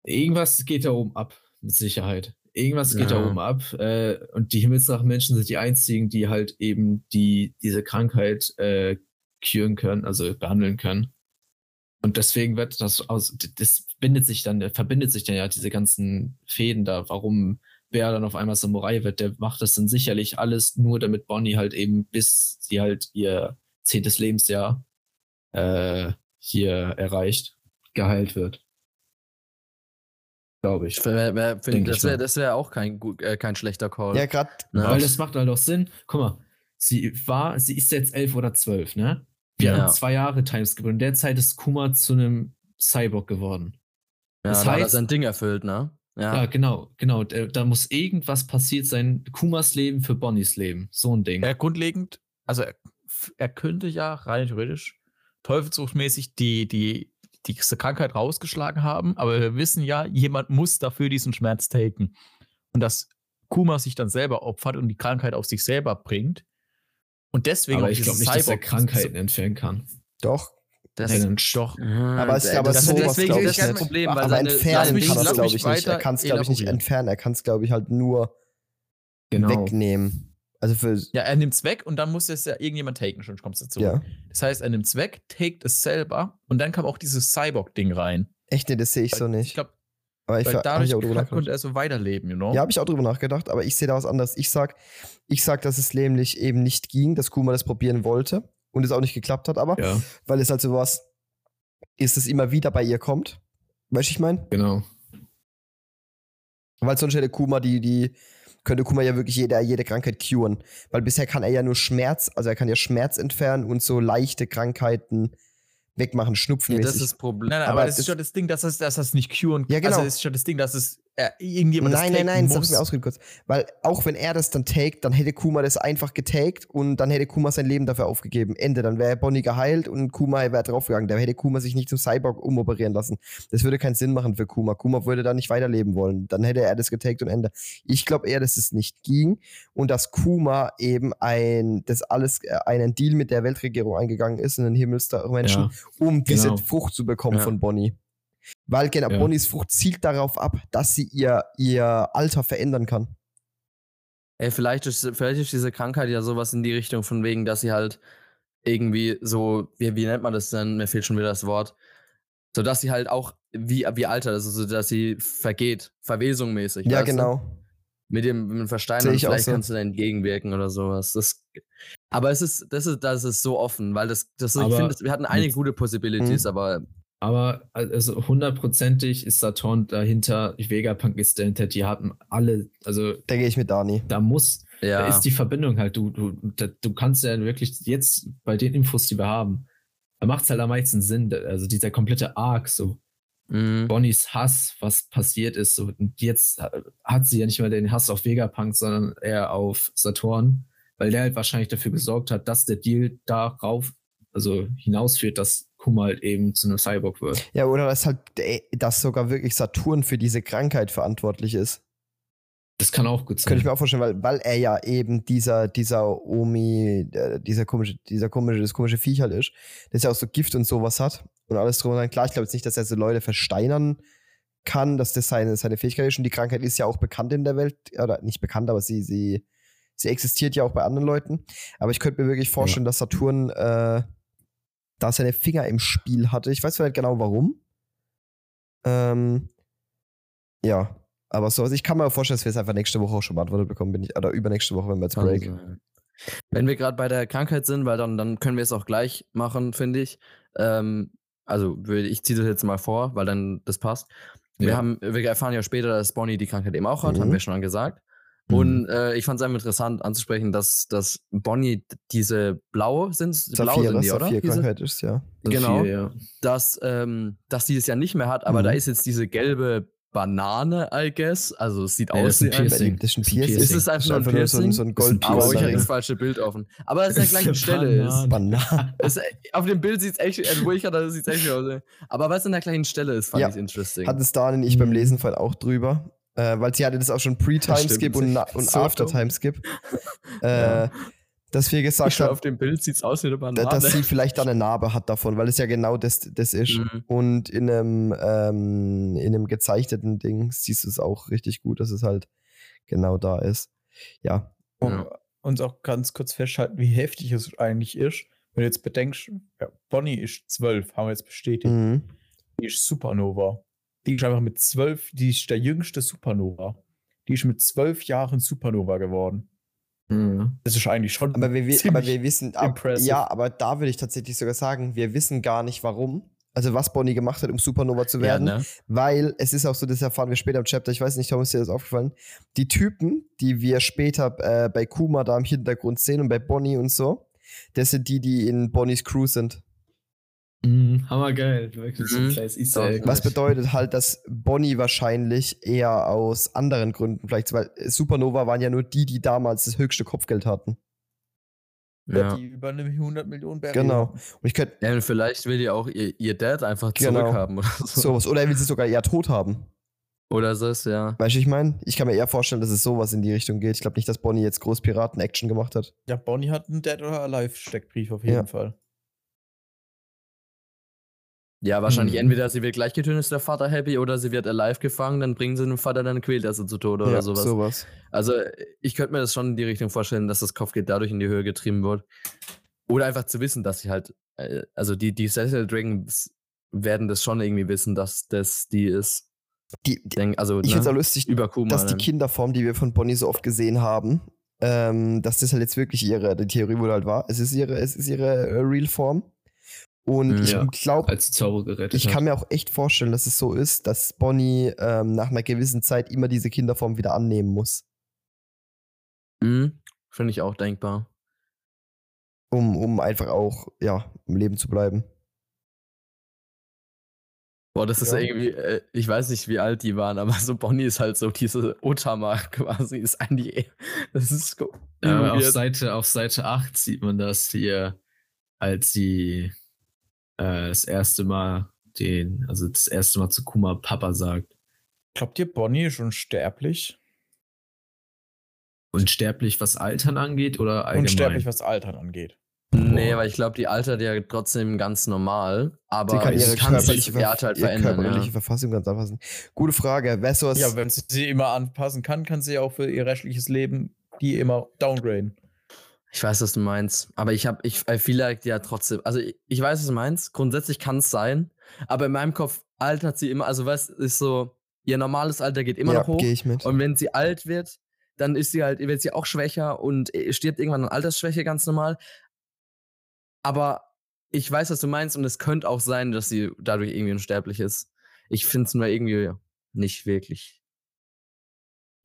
S2: irgendwas geht da oben ab, mit Sicherheit. Irgendwas geht da
S3: Ja.
S2: oben ab. Äh, und die Himmelsnachtmenschen sind die einzigen, die halt eben die, diese Krankheit äh, küren können, also behandeln können. Und deswegen wird das aus, das bindet sich dann, verbindet sich dann ja diese ganzen Fäden da, warum wer dann auf einmal Samurai wird, der macht das dann sicherlich alles nur, damit Bonnie halt eben, bis sie halt ihr zehntes Lebensjahr äh, hier erreicht, geheilt wird. Glaube ich.
S3: Wer- wer- find,
S2: Denk ich
S3: das wäre
S2: mal.
S3: das wär auch kein, gut- äh, kein schlechter Call.
S1: Ja, gerade
S3: ne?
S2: Weil das macht halt auch Sinn. Guck mal, sie war, sie ist jetzt elf oder zwölf, ne? Wir
S3: Ja.
S2: hatten zwei Jahre Timeskip und in der Zeit ist Kuma zu einem Cyborg geworden.
S3: ja,
S2: das
S3: da hat er
S2: heißt-
S3: sein Ding erfüllt, ne?
S2: Ja,
S3: Ja.
S2: genau, genau. Da, da muss irgendwas passiert sein. Kumas Leben für Bonnies Leben. So ein Ding.
S4: Ja, grundlegend, also er, er könnte ja rein theoretisch teufelsruchmäßig die, die, diese Krankheit rausgeschlagen haben, aber wir wissen ja, jemand muss dafür diesen Schmerz taken. Und dass Kuma sich dann selber opfert und die Krankheit auf sich selber bringt. Und deswegen
S2: Aber ich
S4: dieses
S2: glaube nicht, dass er
S4: Cyborg-
S2: Krankheiten entfernen kann.
S1: doch.
S3: Das,
S2: Nein, dann doch.
S3: Ah,
S1: genau. Aber es- aber
S3: das,
S1: sowas
S3: deswegen
S1: glaub
S3: ist
S1: ich
S3: das
S1: nicht.
S3: Problem, weil
S1: Aber
S3: seine,
S1: entfernen
S4: mich-
S1: kann er
S4: lass
S1: es,
S4: mich
S1: glaube ich, nicht. Er
S4: weiter
S1: kann es, glaube ich, nicht
S4: elaborieren.
S1: entfernen. Er kann es, glaube ich, halt nur
S2: Genau.
S1: wegnehmen. Also für.
S4: Ja, er nimmt's weg und dann muss es ja irgendjemand taken, schon kommst du dazu.
S1: Ja.
S4: Das heißt, er nimmt's weg, taked es selber und dann kam auch dieses Cyborg-Ding rein.
S1: Echt, nee, das sehe ich so
S4: Ich
S1: nicht.
S4: glaube,
S1: aber ich,
S4: weil
S1: ver- hab
S4: dadurch
S1: ich auch drüber
S4: kann- konnte
S1: nachgedacht.
S4: er so weiterleben, you know?
S1: Ja, habe ich auch drüber nachgedacht, aber ich sehe da was anderes. Ich sag, ich sag, dass es nämlich eben nicht ging, dass Kuma das probieren wollte und es auch nicht geklappt hat, aber
S2: Ja,
S1: weil es halt sowas ist, das immer wieder bei ihr kommt. Weißt du, ich meine?
S2: genau.
S1: Weil sonst hätte Kuma die, die könnte Kuma ja wirklich jede, jede Krankheit curen. Weil bisher kann er ja nur Schmerz, also er kann ja Schmerz entfernen und so leichte Krankheiten wegmachen,
S3: ja, das
S1: schnupfenmäßig.
S3: ist das Problem.
S4: Nein, nein,
S1: Aber
S4: aber, das
S1: es-
S4: ist schon das Ding, dass das, dass das nicht curen
S1: Ja, genau.
S4: Also das ist schon das Ding, dass es äh, irgendjemand
S1: nein,
S4: das
S1: nein, nein,
S4: taken
S1: das hab ich mir
S4: muss.
S1: ausgeredet kurz. Weil auch wenn er das dann taked, dann hätte Kuma das einfach getaked und dann hätte Kuma sein Leben dafür aufgegeben. Ende. Dann wäre Bonnie geheilt und Kuma wäre draufgegangen. Da hätte Kuma sich nicht zum Cyborg umoperieren lassen. Das würde keinen Sinn machen für Kuma. Kuma würde da nicht weiterleben wollen. Dann hätte er das getaked und Ende. Ich glaube eher, dass es nicht ging und dass Kuma eben ein, das alles, äh, einen Deal mit der Weltregierung eingegangen ist und den Himmelsmenschen
S2: Ja.
S1: um diese
S2: Genau.
S1: Frucht zu bekommen
S2: Ja.
S1: von Bonnie. Weil genau,
S2: Ja.
S1: Bonnies Frucht zielt darauf ab, dass sie ihr, ihr Alter verändern kann.
S3: Ey, vielleicht ist, vielleicht ist diese Krankheit ja sowas in die Richtung von wegen, dass sie halt irgendwie so, wie, wie nennt man das denn? Mir fehlt schon wieder das Wort. Sodass sie halt auch, wie, wie Alter, also so, dass sie vergeht, verwesungmäßig.
S1: Ja,
S2: also
S3: weißt du?
S1: genau.
S3: Mit dem, mit dem Versteinern,
S1: Sehe ich auch
S3: vielleicht
S1: so.
S3: kannst du da entgegenwirken oder sowas. Das, aber es ist, das ist, das ist so offen, weil das, das ich
S2: Aber-
S3: finde, wir hatten einige gute Possibilities,
S1: Mhm.
S3: aber
S2: Aber also hundertprozentig ist Saturn dahinter, Vegapunk ist dahinter, die haben alle, also
S1: Da gehe ich mit Dani.
S2: da muss, da
S3: ja.
S2: ist die Verbindung halt, du, du, da, du kannst ja wirklich jetzt bei den Infos, die wir haben, da macht es halt am meisten Sinn, da- also dieser komplette Arc, so
S3: Mhm.
S2: Bonnies Hass, was passiert ist, so und jetzt ha- hat sie ja nicht mal den Hass auf Vegapunk, sondern eher auf Saturn, weil der halt wahrscheinlich dafür gesorgt hat, dass der Deal darauf, also hinausführt, dass Kuma halt eben zu einem Cyborg wird.
S1: Ja, oder dass halt, ey, dass sogar wirklich Saturn für diese Krankheit verantwortlich ist.
S2: Das kann auch gut sein.
S1: Könnte ich mir auch vorstellen, weil, weil er ja eben dieser, dieser Omi, äh, dieser komische, dieser komische, das komische Viech halt ist, das ja auch so Gift und sowas hat und alles drum und dran. Klar, ich glaube jetzt nicht, dass er so Leute versteinern kann, dass das seine, seine Fähigkeit ist und die Krankheit ist ja auch bekannt in der Welt, oder nicht bekannt, aber sie, sie, sie existiert ja auch bei anderen Leuten. Aber ich könnte mir wirklich vorstellen, dass Saturn äh, da seine Finger im Spiel hatte. Ich weiß zwar nicht genau warum. Ähm, ja, aber sowas. Ich kann mir vorstellen, dass wir es einfach nächste Woche auch schon beantwortet bekommen, bin ich, oder übernächste Woche, wenn wir jetzt
S3: Kann
S1: Break.
S3: sein. Also, äh, Wenn wir gerade bei der Krankheit sind, weil dann, dann können wir es auch gleich machen, finde ich. Ähm, also würde ich ziehe das jetzt mal vor, weil dann das passt. Wir,
S2: Ja.
S3: haben, wir erfahren ja später, dass Bonnie die Krankheit eben auch hat,
S1: Mhm.
S3: haben wir schon gesagt.
S2: Mhm.
S3: Und äh, ich fand es einfach interessant anzusprechen, dass, dass Bonnie d- diese blaue sind, blau
S1: Saphira,
S3: sind die, oder? Diese,
S1: Saphir-Krankheit ist, ja.
S3: genau,
S2: Viel, ja.
S3: dass, ähm, dass sie es ja nicht mehr hat, aber
S1: Mhm.
S3: da ist jetzt diese gelbe Banane, I guess. Also es sieht
S2: Nee,
S3: aus
S2: das ist ein
S3: wie ein
S2: Piercing.
S1: Das ist ein
S2: Das ist ein
S1: Piercing.
S3: ist
S2: Piercing.
S3: es einfach nur ein
S1: so ein,
S3: Piercing?
S1: so ein
S2: Das ist ein
S3: Aber ich hatte
S1: Gold-Piercing.
S3: das falsche Bild offen. Aber es ist
S2: Das
S3: ja
S2: ist
S3: gleich eine
S2: eine
S3: Stelle. Ist,
S2: Banane.
S1: Banane.
S3: ist, äh, auf dem Bild sieht es echt, also wo ich gerade sieht es echt aus. Aber weil es an der gleichen Stelle ist, fand
S1: Ja.
S3: ich es interesting.
S1: Hatten es da und ich beim
S2: Mhm.
S1: Lesen vorhin auch drüber. Äh, weil sie hatte das auch schon Pre-Timeskip
S3: Stimmt.
S1: und, na- und
S3: So dumm.
S1: After-Timeskip.
S3: Ja.
S1: äh, dass wir
S3: ich
S1: gesagt
S3: schau,
S1: haben,
S3: auf dem Bild sieht es aus wie eine
S1: da-
S3: Banane.
S1: dass sie vielleicht dann eine Narbe hat davon, weil es ja genau das, das ist.
S3: Mhm.
S1: Und in einem, ähm, in einem gezeichneten Ding siehst du es auch richtig gut, dass es halt genau da ist. Ja.
S4: Um
S3: Ja.
S4: uns auch ganz kurz festhalten, wie heftig es eigentlich ist. Wenn du jetzt bedenkst, ja, Bonnie ist 12, haben wir jetzt bestätigt.
S1: Mhm.
S4: Die ist Supernova. Die ist einfach mit 12, die ist der jüngste Supernova. Die ist mit 12 Jahren Supernova geworden.
S2: Mhm.
S4: Das ist eigentlich schon.
S1: Aber wir, wi-
S4: ziemlich-
S1: aber wir wissen, ab,
S4: impressive.
S1: ja, aber da würde ich tatsächlich sogar sagen, wir wissen gar nicht warum. Also was Bonnie gemacht hat, um Supernova zu werden.
S3: Ja, ne?
S1: Weil es ist auch so, das erfahren wir später im Chapter. Ich weiß nicht, Tom, ist dir das aufgefallen? Die Typen, die wir später äh, bei Kuma da im Hintergrund sehen und bei Bonnie und so, das sind die, die in Bonnies Crew sind.
S2: Mhm. Hammergeil. Wirklich so
S3: Mhm.
S2: ein kleines Easter Egg.
S1: Was bedeutet halt, dass Bonnie wahrscheinlich eher aus anderen Gründen, vielleicht, weil äh, Supernova waren ja nur die, die damals das höchste Kopfgeld hatten.
S3: Ja.
S4: die über eine 100 Millionen Barriere.
S1: Genau. Und ich könnte
S3: Ja, und vielleicht will ja auch ihr, ihr Dad einfach
S1: Genau.
S3: zurückhaben oder so.
S1: sowas, oder er will sie sogar eher tot haben.
S3: Oder so ist ja.
S1: Weißt du, ich meine, ich kann mir eher vorstellen, dass es sowas in die Richtung geht. Ich glaube nicht, dass Bonnie jetzt groß Piraten-Action gemacht hat.
S4: Ja, Bonnie hat einen Dead or Alive Steckbrief auf jeden
S1: Ja.
S4: Fall.
S3: Ja, wahrscheinlich
S1: Hm.
S2: Mhm.
S3: entweder sie wird gleich getötet, ist der Vater happy, oder sie wird alive gefangen, dann bringen sie den Vater, dann quält er sie zu Tode
S1: ja,
S3: oder sowas. Also, ich könnte mir das schon in die Richtung vorstellen, dass das Kopfgeld dadurch in die Höhe getrieben wird. Oder einfach zu wissen, dass sie halt, äh, also die, die Cecil Dragons werden das schon irgendwie wissen, dass das die ist.
S1: Die,
S3: Ich
S1: die,
S3: Denk, also,
S1: ich find's auch
S3: ne?
S1: lustig,
S3: über Kuma.
S1: dass die
S3: dann.
S1: Kinderform, die wir von Bonnie so oft gesehen haben, ähm, dass das halt jetzt wirklich ihre, die Theorie wurde halt wahr, es ist ihre, es ist ihre äh, Real-Form. Und
S3: Mhm.
S1: ich
S2: Ja.
S1: glaube,
S2: als Zorro gerettet
S1: ich kann
S2: hat.
S1: mir auch echt vorstellen, dass es so ist, dass Bonnie ähm, nach einer gewissen Zeit immer diese Kinderform wieder annehmen muss,
S3: Mhm. Finde ich auch denkbar.
S1: um, um einfach auch, ja, im Leben zu bleiben.
S3: Boah, das ist
S4: Ja.
S3: irgendwie, äh, ich weiß nicht, wie alt die waren, aber so Bonnie ist halt so diese Otama quasi, ist eigentlich, eh- das ist so
S2: äh, auf,
S3: weird.
S2: Seite, auf Seite 8 sieht man das hier, als sie äh, das erste Mal den, also das erste Mal zu Kuma Papa sagt.
S4: Glaubt ihr, Bonnie ist unsterblich?
S2: Unsterblich, was Altern angeht oder allgemein?
S4: Unsterblich, was Altern angeht.
S3: Nee, aber ich glaube, die altert ja trotzdem ganz normal, aber
S2: kann
S3: es
S2: ihre
S3: kann
S1: körperliche
S3: sich ihr
S1: Ver-
S3: Alter halt
S1: ihre
S3: verändern.
S1: körperliche
S3: Ja.
S1: Verfassung ganz anpassen. Gute Frage. Wer sowas
S4: Ja, wenn sie sie immer anpassen kann, kann sie ja auch für ihr restliches Leben die immer downgraden.
S3: Ich weiß, was du meinst. Aber ich habe, ich, I feel like ja trotzdem. Also ich, ich weiß, was du meinst. Grundsätzlich kann es sein. Aber in meinem Kopf altert sie immer. Also was ist so, ihr normales Alter geht immer noch
S1: ja,
S3: hoch.
S1: gehe ich mit.
S3: Und wenn sie alt wird, dann ist sie halt, wird sie auch schwächer und äh, stirbt irgendwann an Altersschwäche ganz normal. Aber ich weiß, was du meinst, und es könnte auch sein, dass sie dadurch irgendwie unsterblich ist. Ich finde es nur irgendwie nicht wirklich.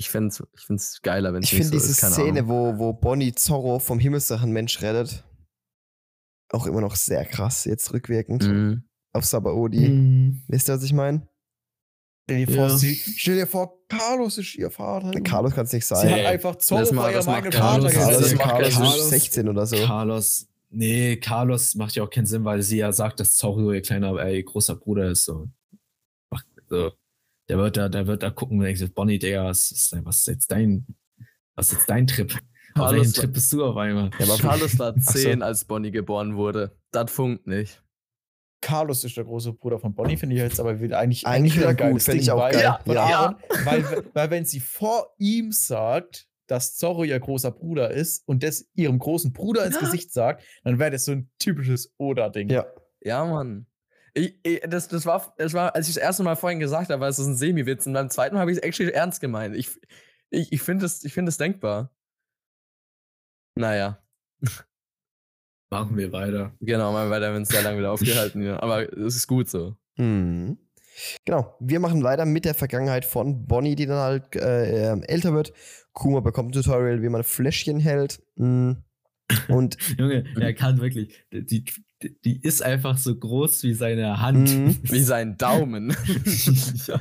S3: Ich finde es ich find's geiler, wenn
S1: Ich
S3: es nicht
S1: finde
S3: so
S1: diese
S3: ist. Keine
S1: Szene, wo,
S3: Ahnung.
S1: wo Bonnie Zorro vom Himmelssachenmensch rettet, auch immer noch sehr krass, jetzt rückwirkend
S3: Mhm.
S1: auf Sabaody. Wisst ihr, was ich meine?
S5: Stell dir vor,
S4: Ja.
S5: sie, stell dir vor, Carlos ist ihr Vater.
S1: Carlos kann es nicht
S5: sie
S1: sein.
S5: hat
S2: Nee.
S5: einfach Zorro
S3: Das
S5: vor
S3: macht-
S5: ihrem
S3: das macht
S5: eigenen Vater
S1: Carlos,
S2: Carlos. das
S1: Carlos,
S5: gesetzt.
S2: macht
S1: Carlos,
S2: Carlos.
S1: ist 16 oder so.
S2: Carlos, nee, Carlos macht ja auch keinen Sinn, weil sie ja sagt, dass Zorro ihr kleiner, äh, ihr großer Bruder ist. So. Ach, so. Der wird da, der wird da gucken und denkt, sich, Bonnie, Digga, was ist, denn- was ist jetzt dein, was ist jetzt dein Trip? Auf
S3: Carlos
S2: welchen
S3: war-
S2: Trip bist du auf einmal?
S1: Ja, aber-
S3: Carlos war
S1: so.
S3: 10, als Bonnie geboren wurde. Das funkt nicht.
S5: Carlos ist der große Bruder von Bonnie, finde ich jetzt aber wieder eigentlich,
S1: Eigentlich wieder
S5: ein geiles
S1: gut, finde
S5: Ding,
S1: ich auch
S5: weil,
S1: geil.
S5: Von
S1: Ja.
S5: Aaron, weil, weil wenn sie vor ihm sagt, dass Zorro ihr großer Bruder ist und das ihrem großen Bruder ins Gesicht sagt, dann wäre das so ein typisches Oder-Ding.
S1: Ja.
S3: Ja, Mann. Ich, ich, das, das, war, das war, als ich das erste Mal vorhin gesagt habe, es ist ein Semi-Witz und beim zweiten Mal habe ich es actually ernst gemeint. Ich, ich, ich finde es find das denkbar. Naja,
S2: Machen wir weiter.
S3: genau, mal weiter, wenn es sehr lange wieder aufgehalten wird. Aber es ist gut so.
S1: Mhm. Genau, wir machen weiter mit der Vergangenheit von Bonnie, die dann halt äh, ähm, älter wird. Kuma bekommt ein Tutorial, wie man Fläschchen hält. Mhm. Und
S2: Junge,
S1: Mhm.
S2: der kann wirklich, die, die, die ist einfach so groß wie seine Hand.
S1: Mhm.
S3: Wie sein Daumen.
S2: ja,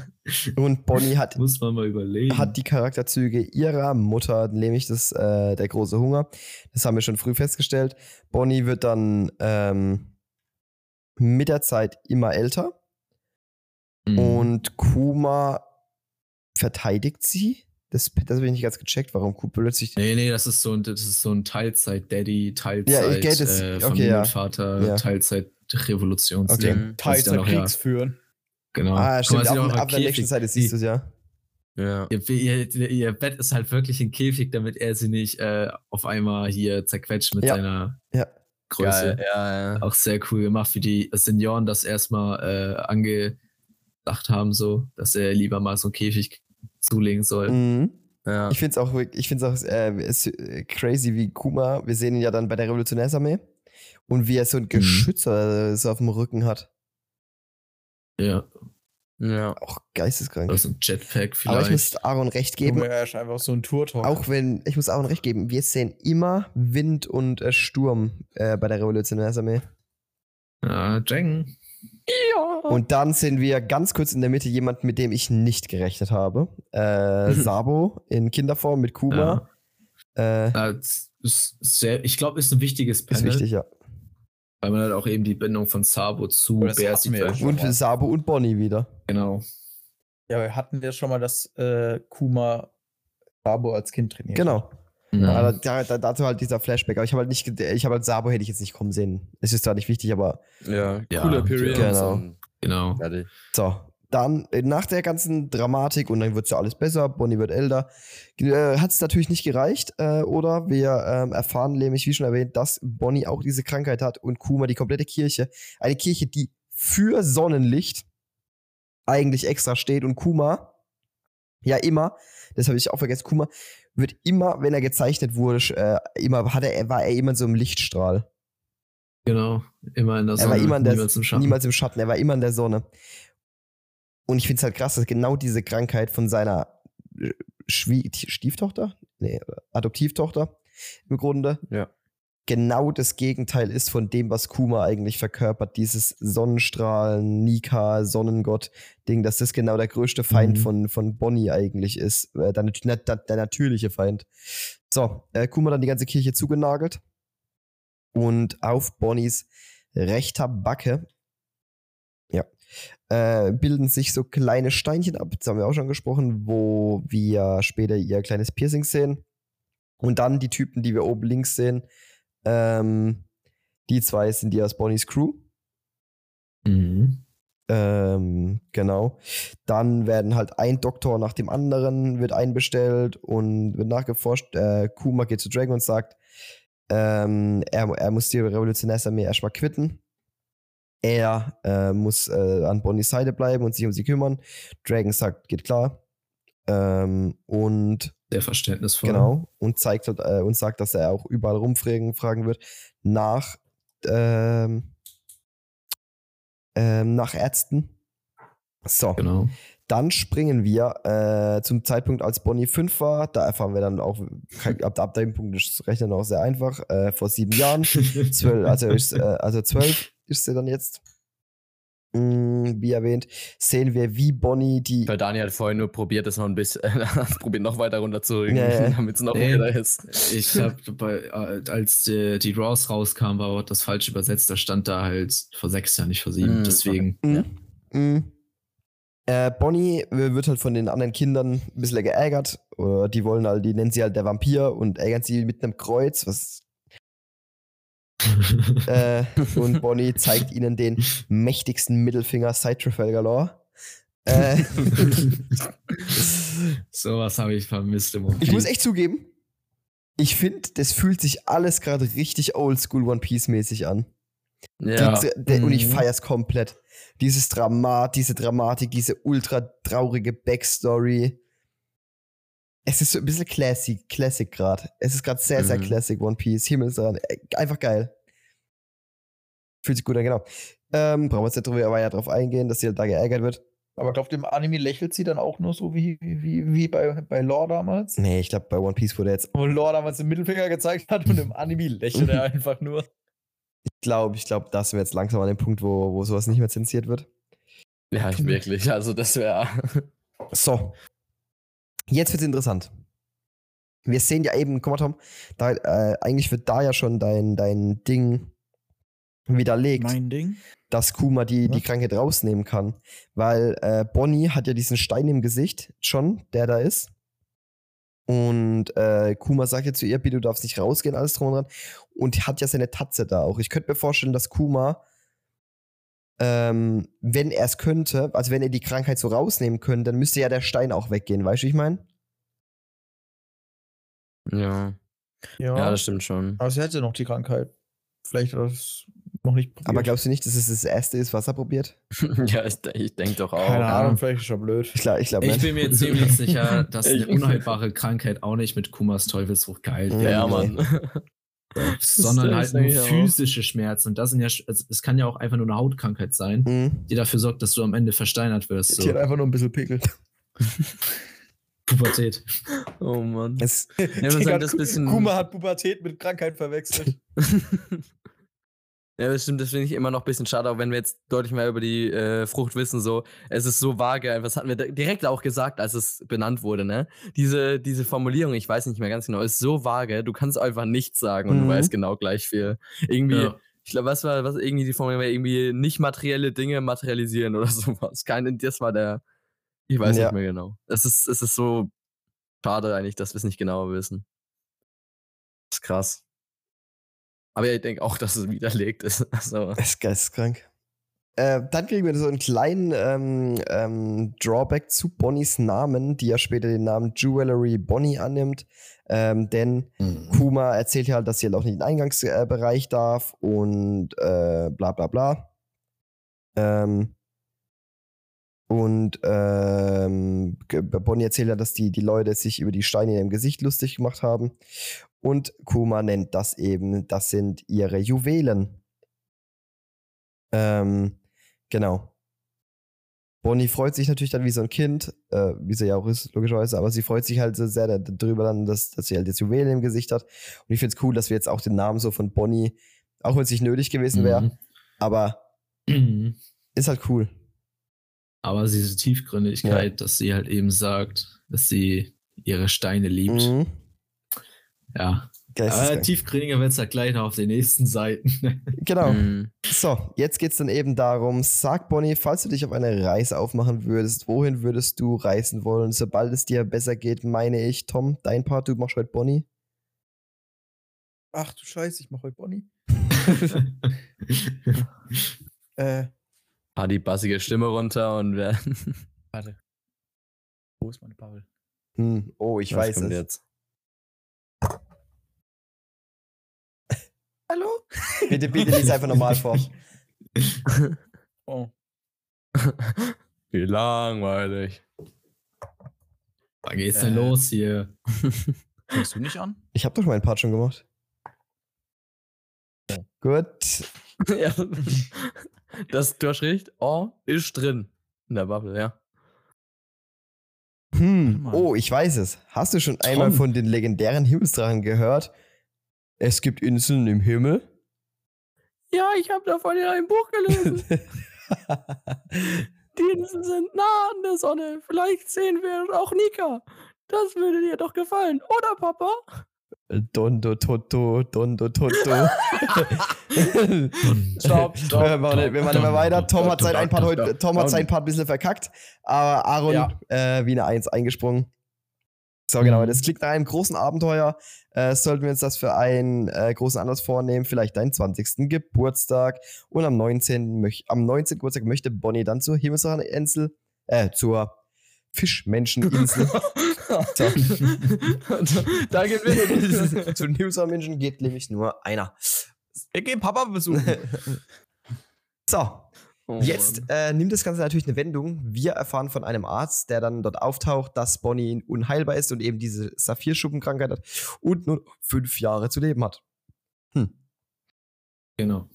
S1: Und Bonnie hat,
S2: muss man mal überlegen.
S1: hat die Charakterzüge ihrer Mutter, nämlich das, äh, der große Hunger. Das haben wir schon früh festgestellt. Bonnie wird dann ähm, mit der Zeit immer älter
S2: Mhm.
S1: und Kuma verteidigt sie. Das, das habe ich nicht ganz gecheckt, warum Kuma plötzlich.
S2: Nee, nee, das ist so ein, das ist so ein Teilzeit-Daddy, Teilzeit,
S1: Ja, ich get es.
S2: äh,
S1: Okay,
S2: Familienvater,
S1: Ja.
S2: Teilzeit-Revolutionsding.
S1: Okay.
S2: Okay.
S5: Teilzeit Kriegs führen.
S2: genau.
S1: Ah,
S2: Guck
S1: stimmt.
S2: mal,
S1: Ab,
S2: sie
S1: ab,
S2: sind auch
S1: der
S2: im
S1: nächsten
S2: Käfig.
S1: Seite siehst du es ja.
S3: ja.
S2: Ihr, ihr, ihr- ihr Bett ist halt wirklich ein Käfig, damit er sie nicht äh, auf einmal hier zerquetscht mit
S1: Ja.
S2: seiner
S1: Ja.
S2: Größe.
S3: Geil, ja, ja.
S2: Auch sehr cool gemacht, wie die Senioren das erstmal äh, angedacht haben, so, dass er lieber mal so einen Käfig zulegen soll.
S1: Mhm.
S3: ja.
S1: Ich finde es auch, wirk- ich find's auch äh, es- äh, crazy, wie Kuma, wir sehen ihn ja dann bei der Revolutionärsarmee und wie er so ein
S2: Mhm.
S1: Geschütz oder so auf dem Rücken hat.
S2: Ja,
S3: ja.
S1: Auch geisteskrank.
S2: oder so ein Jetpack Äh, vielleicht.
S1: Aber ich muss Aaron recht geben.
S5: Junge, er ist einfach so ein Tourtalk.
S1: Auch wenn, ich muss Aaron recht geben, wir sehen immer Wind und äh, Sturm äh, bei der Revolutionärsarmee.
S2: ah, Jeng. Oh.
S1: Und dann sehen wir ganz kurz in der Mitte jemanden, mit dem ich nicht gerechnet habe. Äh, Sabo in Kinderform mit Kuma. Äh,
S2: Äh, es ist sehr, ich glaube, ist ein wichtiges
S1: ist
S2: Panel,
S1: wichtig, ja.
S2: weil man halt auch eben die Bindung von Sabo zu
S5: Oh, das
S2: Bär
S5: hatten
S2: sieht.
S5: wir ja
S2: weil-
S5: schon.
S1: Und Sabo und Bonnie wieder.
S2: Genau.
S5: Ja, wir hatten ja schon mal, dass äh, Kuma Sabo als Kind trainiert.
S1: Genau.
S2: Ja.
S1: Aber da, da, dazu halt dieser Flashback. Aber ich habe halt nicht, ged- ich habe halt Sabo hätte ich jetzt nicht kommen sehen. Es ist zwar nicht wichtig, aber
S3: ja.
S2: Ja,
S3: Cooler Period.
S1: genau.
S2: genau.
S3: Fertig.
S1: so. Dann äh, nach der ganzen Dramatik und dann wird ja alles besser, Bonnie wird älter, äh, hat es natürlich nicht gereicht. Äh, oder wir ähm, erfahren nämlich, wie schon erwähnt, dass Bonnie auch diese Krankheit hat und Kuma die komplette Kirche, eine Kirche, die für Sonnenlicht eigentlich extra steht und Kuma ja immer, das habe ich auch vergessen, Kuma wird immer, wenn er gezeichnet wurde, sch- äh, immer hat er, war er immer in so im Lichtstrahl.
S2: Genau. Immer in der
S1: Er war
S2: Sonne.
S1: immer in der,
S2: niemals im Schatten.
S1: niemals im Schatten, er war immer in der Sonne. Und ich finde es halt krass, dass genau diese Krankheit von seiner äh, Schwie Stieftochter, nee, Adoptivtochter im Grunde,
S3: Ja.
S1: genau das Gegenteil ist von dem, was Kuma eigentlich verkörpert. Dieses Sonnenstrahlen, Nika, Sonnengott-Ding, dass das genau der größte Feind
S2: Mhm.
S1: von, von Bonnie eigentlich ist. Äh, Der, nat- nat- der natürliche Feind. So, äh, Kuma dann die ganze Kirche zugenagelt. Und auf Bonnies rechter Backe, ja, äh, bilden sich so kleine Steinchen ab, das haben wir auch schon gesprochen, wo wir später ihr kleines Piercing sehen. Und dann die Typen, die wir oben links sehen, ähm, die zwei sind die aus Bonnies Crew.
S2: mhm.
S1: Ähm, genau. Dann werden halt ein Doktor nach dem anderen wird einbestellt und wird nachgeforscht. Äh, Kuma geht zu Dragon und sagt, Ähm, er, er muss die Revolutionärsarmee erstmal quitten. Er äh, muss äh, an Bonnys Seite bleiben und sich um sie kümmern. Dragon sagt, geht klar. Ähm, und
S2: Sehr verständnisvoll.
S1: Genau. Und zeigt halt, äh, und sagt, dass er auch überall rumfragen fragen wird nach ähm, ähm, nach Ärzten. So,
S2: Genau.
S1: dann springen wir äh, zum Zeitpunkt, als Bonnie 5 war. Da erfahren wir dann auch, ab, ab dem Punkt ist das Rechnen auch sehr einfach. Äh, vor sieben Jahren, zwölf, also, ist, äh, also zwölf ist sie dann jetzt. Mm, wie erwähnt, sehen wir, wie Bonnie die
S3: Weil Daniel hat vorhin nur probiert, das noch ein bisschen, probiert noch weiter runterzurücken,
S1: Nee.
S3: damit es noch
S2: Nee.
S3: weiter ist.
S2: Ich habe bei, äh, als die, die Raws rauskam, war auch das falsch übersetzt. Da stand da halt vor sechs Jahren, nicht vor sieben.
S1: Mhm.
S3: Mm,
S2: Deswegen.
S3: Ja.
S1: Mm. Äh, Bonnie w- wird halt von den anderen Kindern ein bisschen geärgert. Oder die wollen halt, die nennen sie halt der Vampir und ärgern sie mit einem Kreuz, was. äh, und Bonnie zeigt ihnen den mächtigsten Mittelfinger seit Trafalgar Law. Äh,
S2: Sowas habe ich vermisst im Moment.
S1: ich muss echt zugeben, ich finde, das fühlt sich alles gerade richtig oldschool One Piece mäßig an.
S3: Ja.
S1: Die, der, Und ich
S3: Mhm.
S1: feier's komplett. Dieses Dramat, diese Dramatik, diese ultra traurige Backstory. Es ist so ein bisschen classy, classic gerade. Es ist gerade sehr, sehr
S2: Mhm.
S1: classic One Piece. Himmel ist dran. Äh, Einfach geil. Fühlt sich gut an, genau. Ähm, brauchen wir jetzt nicht drüber weiter drauf eingehen, dass sie halt da geärgert wird.
S5: Aber glaubt, im Anime lächelt sie dann auch nur so wie, wie, wie bei, bei Lore damals?
S1: Nee, ich glaube, bei One Piece wurde jetzt,
S5: Wo Lore damals den Mittelfinger gezeigt hat und im Anime lächelt er einfach nur.
S1: ich glaube, ich glaube, da sind wir jetzt langsam an dem Punkt, wo, wo sowas nicht mehr zensiert wird.
S3: ja, ich wirklich. Also das wäre.
S1: So. Jetzt wird's interessant. Wir sehen ja eben, guck mal, Tom, da, äh, eigentlich wird da ja schon dein, dein Ding widerlegt,
S4: Ding?
S1: dass Kuma die, die
S5: Was?
S1: Krankheit rausnehmen kann. Weil äh, Bonnie hat ja diesen Stein im Gesicht schon, der da ist. Und äh, Kuma sagt ja zu ihr, bitte, du darfst nicht rausgehen, alles drum und dran. Und hat ja seine Tatze da auch. Ich könnte mir vorstellen, dass Kuma, ähm, wenn er es könnte, also wenn er die Krankheit so rausnehmen könnte, dann müsste ja der Stein auch weggehen, weißt du, wie ich meine?
S3: Ja. ja, das stimmt schon.
S5: aber sie hätte noch die Krankheit. Vielleicht hat er es noch nicht probiert.
S1: Aber glaubst du nicht, dass es das Erste ist, was er probiert?
S3: ja, ich, de- ich denke doch auch.
S5: Keine
S3: ja.
S5: Ahnung, vielleicht ist schon blöd.
S1: Ich glaube, ich glaub,
S2: Ich
S1: nicht.
S2: bin mir ziemlich sicher, dass eine
S3: Ich-
S2: unheilbare Krankheit auch nicht mit Kumas Teufelsfrucht geheilt
S1: Ja,
S2: werden
S3: Ja,
S1: nee.
S2: kann,
S3: Mann.
S2: sondern
S3: Das
S2: halt
S3: denk
S2: nur
S3: ich auch.
S2: physische Schmerzen. Und das sind ja, sch- also es kann ja auch einfach nur eine Hautkrankheit sein,
S1: Mhm.
S2: die dafür sorgt, dass du am Ende versteinert wirst.
S5: Die hat
S2: So.
S5: einfach nur ein bisschen Pickel.
S2: Pubertät.
S3: Oh Mann.
S1: Es,
S3: Ja, wir
S5: Digga,
S3: sagen das bisschen.
S5: Kuma hat Pubertät mit Krankheit verwechselt.
S3: ja, das stimmt, das finde ich immer noch ein bisschen schade, auch wenn wir jetzt deutlich mehr über die äh, Frucht wissen. So, es ist so vage, einfach, das hatten wir di- direkt auch gesagt, als es benannt wurde, ne? Diese, diese Formulierung, ich weiß nicht mehr ganz genau, ist so vage, du kannst einfach nichts sagen und
S1: Mhm.
S3: du weißt genau gleich viel. Irgendwie,
S2: Ja.
S3: ich glaube, was war, was irgendwie die Formulierung war, irgendwie nicht materielle Dinge materialisieren oder sowas. Kein, das war der, ich weiß
S1: Ja.
S3: nicht mehr genau. Es ist, es ist so schade eigentlich, dass wir es nicht genauer wissen. Das ist krass. Aber ja, ich denke auch, dass es widerlegt ist. Also,
S1: es ist geisteskrank. Äh, dann kriegen wir so einen kleinen ähm, ähm, Drawback zu Bonnies Namen, die ja später den Namen Jewelry Bonnie annimmt. Ähm, denn Kuma erzählt ja halt, dass sie halt auch nicht in den Eingangsbereich darf und äh, bla bla bla. Ähm, und ähm, G- Bonnie erzählt ja, dass die, die Leute sich über die Steine in ihrem Gesicht lustig gemacht haben. Und Kuma nennt das eben, das sind ihre Juwelen. Ähm, genau. Bonnie freut sich natürlich dann wie so ein Kind, äh, wie sie ja auch ist, logischerweise, aber sie freut sich halt so sehr da- darüber dann, dass, dass sie halt jetzt Juwelen im Gesicht hat. Und ich finde es cool, dass wir jetzt auch den Namen so von Bonnie, auch wenn es nicht nötig gewesen wäre, aber
S2: Mhm.
S1: ist halt cool.
S2: Aber diese Tiefgründigkeit, dass sie halt eben sagt, dass sie ihre Steine liebt.
S1: Mhm.
S2: Ja. Aber
S1: Geisteskrank.
S2: tiefgründiger wird es halt gleich noch auf den nächsten Seiten.
S1: genau.
S3: mm,
S1: So, jetzt geht's dann eben darum, sag Bonnie, falls du dich auf eine Reise aufmachen würdest, wohin würdest du reisen wollen, sobald es dir besser geht, meine ich, Tom, dein Part, du machst heute Bonnie.
S5: Ach du Scheiße, ich mache heute Bonnie. Äh,
S3: fahr die bassige Stimme runter und wer.
S5: warte. Wo ist meine Bubble?
S1: Hm, oh, ich
S3: Was
S1: weiß
S3: kommt
S1: es.
S3: jetzt. Hallo?
S1: Bitte, bitte lies einfach normal vor.
S5: Oh.
S3: Wie langweilig.
S2: Wann geht's denn
S4: Äh.
S2: los hier?
S4: Fängst du nicht an?
S1: Ich habe doch meinen Part schon gemacht. Gut.
S3: ja. Das, du hast recht. Oh, ist drin. In der Bubble, ja.
S1: Hm.
S4: Mann.
S1: Oh, ich weiß es. Hast du schon einmal von den legendären Himmelsdrachen gehört? Es gibt Inseln im Himmel.
S3: Ja, ich habe davon in einem Buch gelesen.
S1: Äh,
S3: Die Inseln sind nah an der Sonne. Vielleicht sehen wir auch Nika. Das würde dir doch gefallen, oder Papa?
S1: Dondo Toto, Dondo Toto.
S5: Stopp, stopp.
S1: wir machen, wir machen immer weiter. Tom hat sein ein Part heute, Tom hat sein Part ein bisschen verkackt, aber Aaron
S5: Ja.
S1: äh, wie eine Eins eingesprungen. So genau, das klingt nach einem großen Abenteuer. Äh, sollten wir uns das für einen äh, großen Anlass vornehmen, vielleicht deinen 20. Geburtstag. Und am 19. Möch, am 19. Geburtstag möchte Bonnie dann zur Himmelsraninsel, äh, zur Fischmenscheninsel. zur
S3: da gehen wir hin.
S1: zu den Himmelsrandmenschen geht nämlich nur einer.
S4: Ich geh Papa besuchen.
S1: So,
S3: Oh,
S1: Jetzt äh, nimmt das Ganze natürlich eine Wendung. Wir erfahren von einem Arzt, der dann dort auftaucht, dass Bonnie unheilbar ist und eben diese Saphirschuppenkrankheit hat und nur fünf Jahre zu leben hat.
S2: Genau.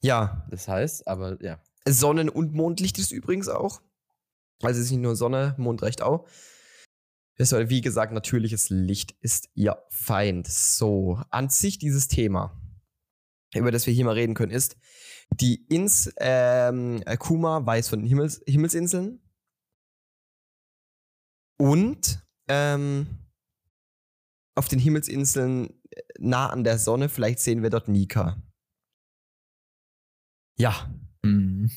S1: Ja,
S3: Das heißt, aber ja.
S1: Sonnen- und Mondlicht ist übrigens auch. Also es ist nicht nur Sonne, Mondrecht auch. Das soll, wie gesagt, natürliches Licht ist ihr Feind. So, an sich dieses Thema, über das wir hier mal reden können, ist, die Ins, ähm, Kuma weiß von den Himmels, Himmelsinseln. Und ähm, auf den Himmelsinseln äh, nah an der Sonne, vielleicht sehen wir dort Nika. Ja,
S2: Mhm.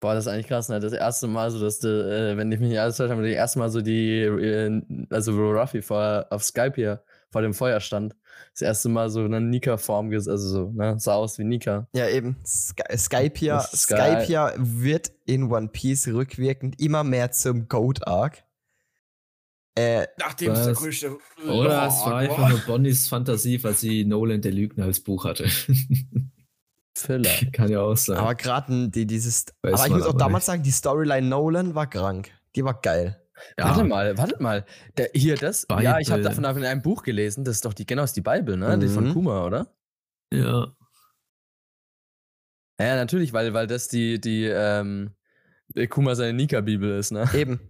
S3: Boah, das ist eigentlich krass, ne? Das erste Mal, so dass du, äh, wenn ich mich nicht alles täusche, haben wir das erste Mal so die, äh, also wo Ruffy vor, auf Skype hier vor dem Feuer stand. Das erste Mal so eine Nika-Form, ges- also so, ne? Sah aus wie Nika.
S1: Ja, eben. Sky Skypia,
S3: Das ist geil.
S1: Skypia wird in One Piece rückwirkend immer mehr zum Goat-Arc. Äh,
S4: Nachdem
S2: Was?
S4: es der größte.
S2: Oder
S4: Oh,
S2: es war
S4: Gott.
S2: einfach nur Bonnies Fantasie, weil sie Nolan der Lügner als Buch hatte.
S3: Filler.
S2: Kann ja auch sein.
S1: aber gerade die, dieses.
S2: Weiß
S1: aber ich
S2: man
S1: muss auch
S2: aber
S1: damals sagen, die Storyline Nolan war krank. Die war geil.
S2: ja.
S3: Warte mal, wartet mal. Der, hier, das? Ja, ich habe
S2: Bible.
S3: davon in einem Buch gelesen. Das ist doch die, genau, ist die Bible, ne? Die von
S1: Mhm.
S3: Kuma, oder?
S2: Ja.
S3: Ja, natürlich, weil, weil das die, die, ähm, Kuma seine Nika-Bibel ist, ne?
S1: Eben.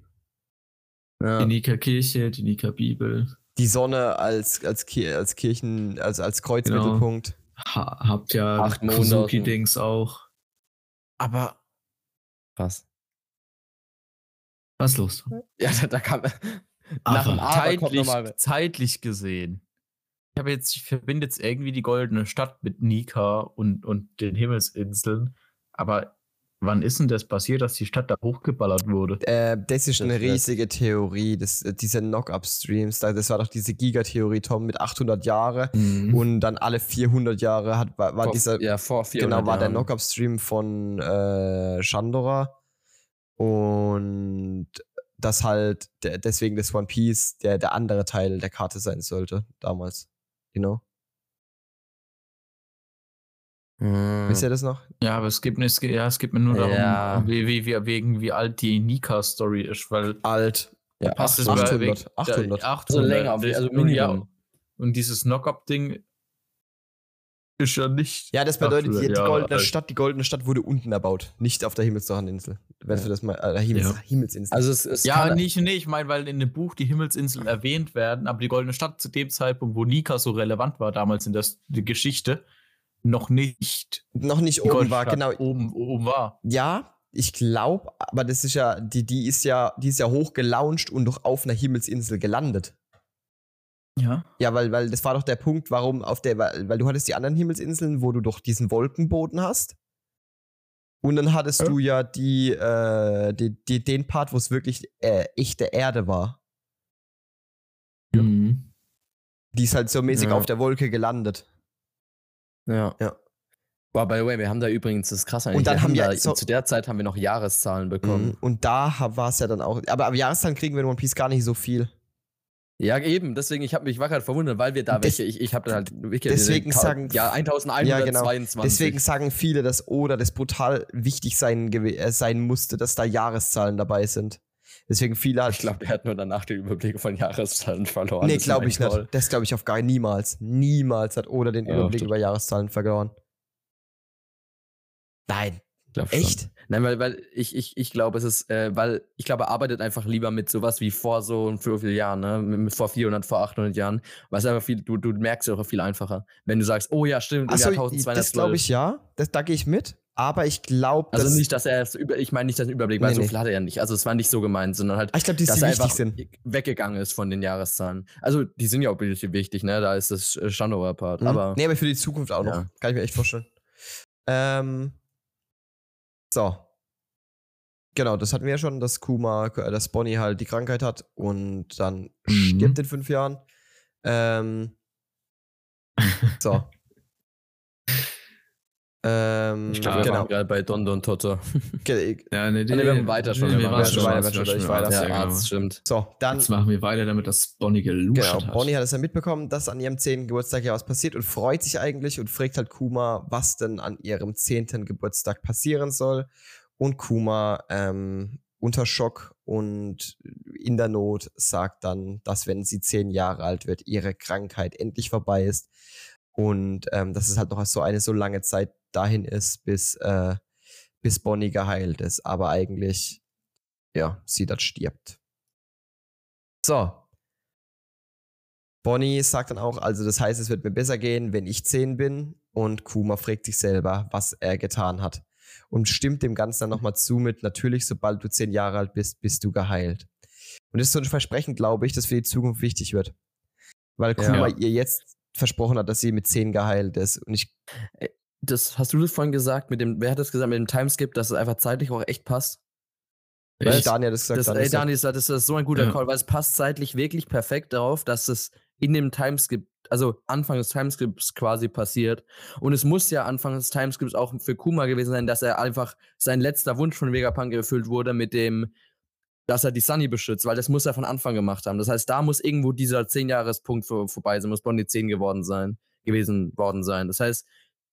S3: Ja.
S2: Die Nika Kirche, die Nika Bibel.
S1: Die Sonne als, als, Ki als Kirchen, also als
S2: Genau.
S1: Kreuzmittelpunkt.
S2: Ha habt ja
S3: Acht Monde aus dem-
S2: Kuzuki-Dings auch.
S4: Aber
S3: Krass.
S2: Was ist los?
S3: Ja, da, da kam. Nach dem
S2: Aber
S3: Aber kommt
S4: zeitlich,
S3: nochmal.
S4: zeitlich gesehen. Ich habe jetzt, ich verbinde jetzt irgendwie die goldene Stadt mit Nika und, und den Himmelsinseln. Aber wann ist denn das passiert, dass die Stadt da hochgeballert wurde?
S1: Äh, das ist eine
S3: Genau. Das wär's.
S1: riesige Theorie. Das, äh, diese Knock-Up-Streams, da- das war doch diese Giga-Theorie, Tom, mit 800 Jahre.
S2: Mhm.
S1: Und dann alle 400 Jahre hat, war, war
S3: Vor-
S1: dieser
S3: ja, vor 400
S1: Genau, war der
S3: Jahren.
S1: Knock-Up-Stream von äh, Shandora. Und das halt, de- deswegen das One Piece der, der andere Teil der Karte sein sollte, damals. Genau.
S3: Mhm.
S1: Wisst ihr das noch?
S4: Ja, aber es geht, mir- es geht, ja, es geht mir nur darum,
S3: Ja.
S4: wie, wie, wie, wegen wie alt die Nika-Story ist, weil
S1: Alt. Ja,
S4: passt es
S1: 800,
S4: bei- wegen-
S1: 800.
S4: Da, 800.
S3: Also länger, auf-
S4: Das-
S3: also
S4: und ja,
S3: Minimum.
S4: Und dieses Knock-Up-Ding ist ja nicht.
S1: Ja, das bedeutet, die, die
S4: 800 Jahre
S1: goldene
S4: alt.
S1: Stadt, die goldene Stadt wurde unten erbaut, nicht auf der Himmelsdracheninsel. Wenn du das mal, äh, Himmels,
S2: Ja.
S1: Himmelsinsel.
S3: Also es, es
S4: Ja,
S3: kann-
S4: nicht, nee, ich meine, weil in dem Buch die Himmelsinseln erwähnt werden, aber die Goldene Stadt zu dem Zeitpunkt, wo Nika so relevant war damals in der S- die Geschichte, noch nicht
S1: noch nicht
S4: die
S1: oben
S4: Goldene
S1: war,
S4: Stadt
S1: genau.
S4: oben, oben war.
S1: Ja, ich glaube, aber das ist ja, die, die ist ja, die ist ja hochgelauncht und doch auf einer Himmelsinsel gelandet.
S4: Ja.
S1: Ja, weil, weil das war doch der Punkt, warum auf der, weil, weil du hattest die anderen Himmelsinseln, wo du doch diesen Wolkenboden hast. Und dann hattest du ja die, äh, die, die, den Part, wo es wirklich äh, echte Erde war.
S2: Mhm.
S1: Die ist halt so mäßig
S3: Ja.
S1: auf der Wolke gelandet.
S3: Ja.
S1: Ja.
S3: Boah, by the way, wir haben da übrigens, das ist krass eigentlich.
S1: Und dann
S3: wir
S1: haben wir-
S3: da,
S1: so-
S3: zu der Zeit haben wir noch
S1: Ähm,
S3: Jahreszahlen bekommen.
S1: Mhm. Und da war es ja dann auch. Aber am Jahrestag kriegen wir in One Piece gar nicht so viel.
S3: Ja, eben, deswegen, ich habe mich wach halt verwundert, weil wir da
S1: Des-
S3: welche, ich, ich habe da halt Wiki
S1: deswegen sagen- genau.
S3: ja, 1122.
S1: Deswegen sagen viele, dass Oda das brutal wichtig sein, gewe- äh, sein musste, dass da Jahreszahlen dabei sind. Deswegen viele halt.
S3: ich glaube, er hat nur danach den Überblick von Jahreszahlen verloren.
S1: nee,
S3: Das ist
S1: glaube
S3: mein
S1: ich nicht.
S3: Call.
S1: Das glaube ich auf gar niemals. Niemals hat Oda den
S3: Ja,
S1: Überblick
S3: stimmt.
S1: über Jahreszahlen verloren. Nein,
S3: Ich glaub schon.
S1: echt?
S3: Nein, weil, weil ich, ich, ich glaube, es ist, äh, weil ich glaube, er arbeitet einfach lieber mit sowas wie vor so und so vielen Jahren, ne? Mit, mit vor 400, vor 800 Jahren. Weil es einfach viel, du, du merkst es auch viel einfacher. Wenn du sagst, oh ja, stimmt, im
S1: Achso,
S3: Jahr 1212.
S1: das glaube ich ja. Das, da gehe ich mit. Aber ich glaube,
S3: Also
S1: dass.
S3: nicht, dass er es über, ich meine nicht, dass er einen Überblick, weil
S1: Nee,
S3: so
S1: nee.
S3: viel hat er ja nicht. Also es war nicht so gemeint, sondern halt,
S1: Ah, ich glaube, die
S3: dass
S1: die
S3: er
S1: wichtig
S3: einfach
S1: sind.
S3: weggegangen ist von den Jahreszahlen. Also die sind ja auch wirklich wichtig, ne? Da ist das äh, Shandover-Part.
S1: Mhm.
S3: Aber
S1: nee, aber für die Zukunft auch noch.
S3: Ja.
S1: Kann ich mir echt vorstellen. Ähm, so. Genau, das hatten wir ja schon, dass Kuma, äh, dass Bonnie halt die Krankheit hat und dann
S4: Mhm.
S1: stirbt in fünf Jahren. Ähm, so. ähm,
S3: ich glaube, wir
S1: genau.
S3: waren gerade bei Dondo und Toto.
S1: Ge-
S2: Ja, nee, nee,
S3: wir haben weiter schon,
S2: Nee,
S3: wir
S2: wir
S3: machen
S2: waren
S3: schon
S2: schon
S1: weiter,
S2: weiter,
S1: schon
S2: schon
S1: weiter.
S2: weiter.
S1: Ja,
S2: Ja,
S3: Der
S2: genau.
S3: Arzt, stimmt.
S1: So, dann
S2: Jetzt machen wir weiter damit, dass Bonnie geluscht
S1: Genau,
S2: hat.
S1: Bonnie hat es dann mitbekommen, dass an ihrem 10. Geburtstag ja was passiert und freut sich eigentlich und fragt halt Kuma, was denn an ihrem 10. Geburtstag passieren soll. Und Kuma ähm, unter Schock und in der Not sagt dann, dass wenn sie zehn Jahre alt wird, ihre Krankheit endlich vorbei ist. Und ähm, dass es halt noch so eine so lange Zeit dahin ist, bis, äh, bis Bonnie geheilt ist. Aber eigentlich, ja, sie dann stirbt. So, Bonnie sagt dann auch, also das heißt, es wird mir besser gehen, wenn ich 10 bin. Und Kuma fragt sich selber, was er getan hat. Und stimmt dem Ganzen dann nochmal zu mit, natürlich, sobald du 10 Jahre alt bist, bist du geheilt. Und das ist so ein Versprechen, glaube ich, das für die Zukunft wichtig wird. Weil
S3: Ja.
S1: Kuma ihr jetzt versprochen hat, dass sie mit 10 geheilt ist. Und ich,
S3: Das, hast du das vorhin gesagt, mit dem, wer hat das gesagt, mit dem Timeskip, dass es einfach zeitlich auch echt passt?
S2: Ich-
S1: ich Daniel das gesagt
S3: Das,
S1: Daniel
S3: ey,
S1: sagt-
S3: Dani, das, das ist so ein guter
S2: Ja.
S3: Call, weil es passt zeitlich wirklich perfekt darauf, dass es in dem Timeskip, also Anfang des Timeskips quasi passiert. Und es muss ja Anfang des Timeskips auch für Kuma gewesen sein, dass er einfach sein letzter Wunsch von Vegapunk erfüllt wurde mit dem, dass er die Sunny beschützt, weil das muss er von Anfang gemacht haben. Das heißt, da muss irgendwo dieser 10-Jahres-Punkt vor, vorbei sein, muss Bonnie 10 geworden sein, gewesen worden sein. Das heißt,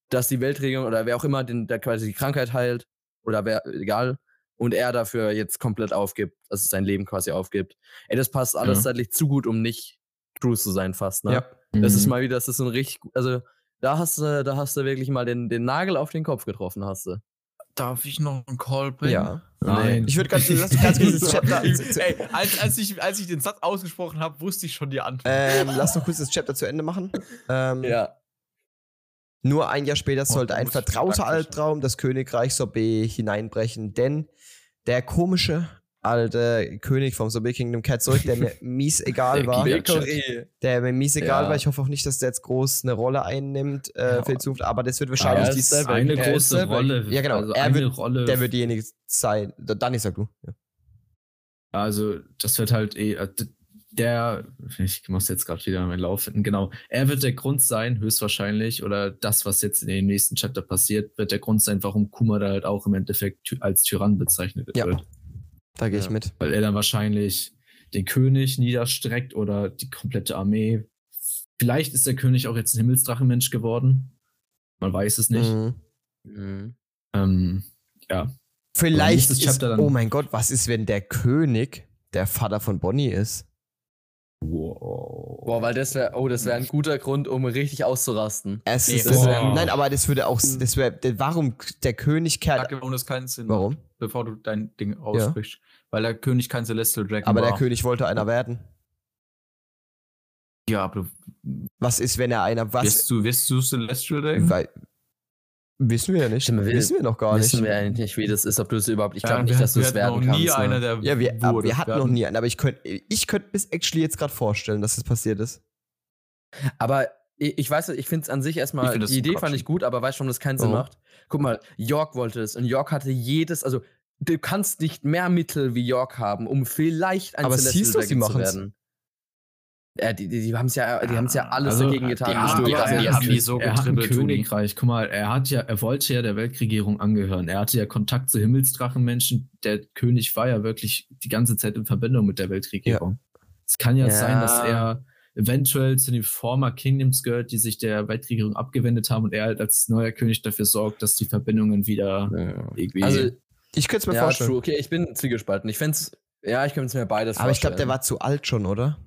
S3: dass die Weltregierung oder wer auch immer den, der quasi die Krankheit heilt, oder wer, egal, und er dafür jetzt komplett aufgibt, dass es sein Leben quasi aufgibt. Ey, das passt alles
S4: Mhm.
S2: Ja.
S3: zeitlich zu gut, um nicht true zu sein fast, ne?
S1: Ja.
S3: Das
S4: Mhm.
S3: ist mal wieder, das ist ein richtig, gu- also da hast du, da hast du wirklich mal den, den Nagel auf den Kopf getroffen, hast du.
S4: Darf ich noch einen Call bringen?
S1: ja.
S2: Mhm. Nein.
S1: Ich würde ganz, lass mich ganz kurz das Chapter.
S4: Ey, als, als, ich, als ich den Satz ausgesprochen habe, wusste ich schon die Antwort.
S1: ähm, lass noch kurz das Chapter zu Ende machen.
S4: Mhm.
S1: Ähm, Nur ein Jahr
S2: Oh,
S1: später sollte
S4: da
S1: ein
S4: muss ich
S1: vertrauter
S4: praktisch-
S1: Albtraum das Königreich Sorbet hineinbrechen, denn der komische alte König vom Sorbet Kingdom kehrt zurück, der mir mies egal
S2: Der
S1: war.
S2: Giga-
S1: Der mir mies egal
S3: Ja.
S1: war. Ich hoffe auch nicht, dass der jetzt groß eine Rolle einnimmt äh, für die Zukunft, aber das wird
S2: Aber
S1: wahrscheinlich
S2: es
S3: die
S2: ist
S3: Seven.
S2: eine
S5: Er ist
S2: große
S5: Seven.
S2: Rolle.
S1: Ja, genau.
S2: Also
S1: Er
S2: eine
S1: wird-
S2: Rolle.
S1: der wird diejenige sein. Danny, sag du. Ja.
S2: Also, das wird halt eh, äh, d- der, ich muss jetzt gerade wieder meinen Lauf finden, genau. Er wird der Grund sein, höchstwahrscheinlich, oder das, was jetzt in dem nächsten Chapter passiert, wird der Grund sein, warum Kuma da halt auch im Endeffekt ty- als Tyrann bezeichnet
S1: Ja.
S2: wird.
S1: Da gehe ich
S4: Ja.
S1: mit.
S2: Weil er dann wahrscheinlich den König niederstreckt oder die komplette Armee. Vielleicht ist der König auch jetzt ein Himmelsdrachenmensch geworden. Man weiß es nicht.
S1: Mhm.
S3: Mhm.
S2: Ähm, ja.
S1: Vielleicht
S2: nächstes
S1: ist,
S2: Chapter dann-
S1: oh mein Gott, was ist, wenn der König der Vater von Bonnie ist?
S2: Wow.
S3: Boah, weil das wäre, oh, das wäre ein guter Grund, um richtig auszurasten.
S1: Es
S4: Nee,
S1: ist, Hm. das
S2: boah.
S1: wär, nein, aber das würde auch, das wäre, warum der König kehrt,
S4: Kacke, ohne es keinen Sinn. macht,
S1: warum?
S4: Bevor du dein Ding aussprichst. Weil der König kein Celestial Dragon
S1: Aber
S4: war.
S1: der König wollte einer werden.
S4: Ja, aber
S1: Was ist, wenn er einer was?
S4: wirst du, wirst du Celestial Dragon?
S1: Weil, wissen wir ja nicht.
S3: Stimmt, wir-
S1: wissen wir noch gar nicht.
S3: Wissen wir eigentlich nicht, wie das ist, ob du es überhaupt, ich glaube
S4: Ja,
S3: nicht,
S4: wir
S3: dass du es
S4: hatten- wir
S3: werden
S4: hatten noch
S3: kannst.
S4: nie
S3: ne?
S4: einer, der
S1: ja, wir, aber
S4: wurde.
S1: wir hatten noch
S4: hatten-
S1: nie einen, aber ich könnte ich könnte bis actually jetzt gerade vorstellen, dass das passiert ist.
S3: Aber ich, ich weiß, nicht, ich finde es an sich
S4: Ich
S3: erstmal,
S4: find das
S3: die Idee
S4: Quatsch.
S3: fand ich gut, aber weißt schon, das keinen Sinn
S1: Warum?
S3: macht. Guck mal, York wollte es und York hatte jedes, also du kannst nicht mehr Mittel wie York haben, um vielleicht ein
S1: Aber es hieß doch, sie
S3: Dragon
S1: machen's.
S3: Ja, die die, die haben es ja, die haben's ja alles
S2: Also,
S3: dagegen getan.
S2: ja,
S3: dass
S2: aber
S3: du
S2: er
S3: quasi
S2: hat
S3: erst
S2: ein-
S4: die so
S2: er hat ein
S4: getribbelt, Toni.
S2: Königreich. Guck mal, er hat ja, er wollte ja der Weltregierung angehören. Er hatte ja Kontakt zu Himmelsdrachenmenschen. Der König war ja wirklich die ganze Zeit in Verbindung mit der Weltregierung. Es kann ja,
S3: Ja.
S2: sein, dass er eventuell zu den Former Kingdoms gehört, die sich der Weltregierung abgewendet haben und er halt als neuer König dafür sorgt, dass die Verbindungen wieder irgendwie.
S3: Also,
S1: Ich könnte es mir
S3: ja,
S1: vorstellen.
S3: true. Okay, ich bin zwiegespalten. Ich fände ja, ich könnte es mir beides
S1: Aber ich glaube, der war zu
S3: vorstellen.
S1: alt schon, oder?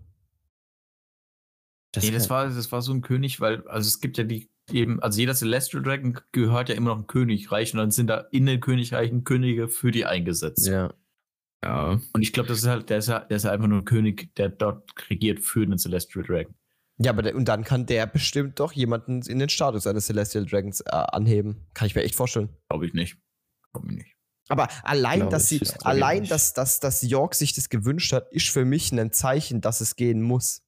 S4: nee, das war, das war so ein König, weil, also es gibt ja die, eben, also jeder Celestial Dragon gehört ja immer noch einem Königreich und dann sind da in den Königreichen Könige für die eingesetzt.
S3: Ja.
S2: ja.
S4: Und ich glaube, das ist halt, der ist, ja, der ist ja einfach nur ein König, der dort regiert für den Celestial Dragon.
S1: Ja, aber der, und dann kann der bestimmt doch jemanden in den Status eines Celestial Dragons äh, anheben. Kann ich mir echt vorstellen.
S4: Glaube ich nicht. Glaube ich nicht.
S1: Aber allein,
S2: Glaub
S1: dass
S2: ich,
S1: sie,
S2: ja.
S1: allein,
S2: Glaub ich
S1: dass, dass, dass York sich das gewünscht hat, ist für mich ein Zeichen, dass es gehen muss.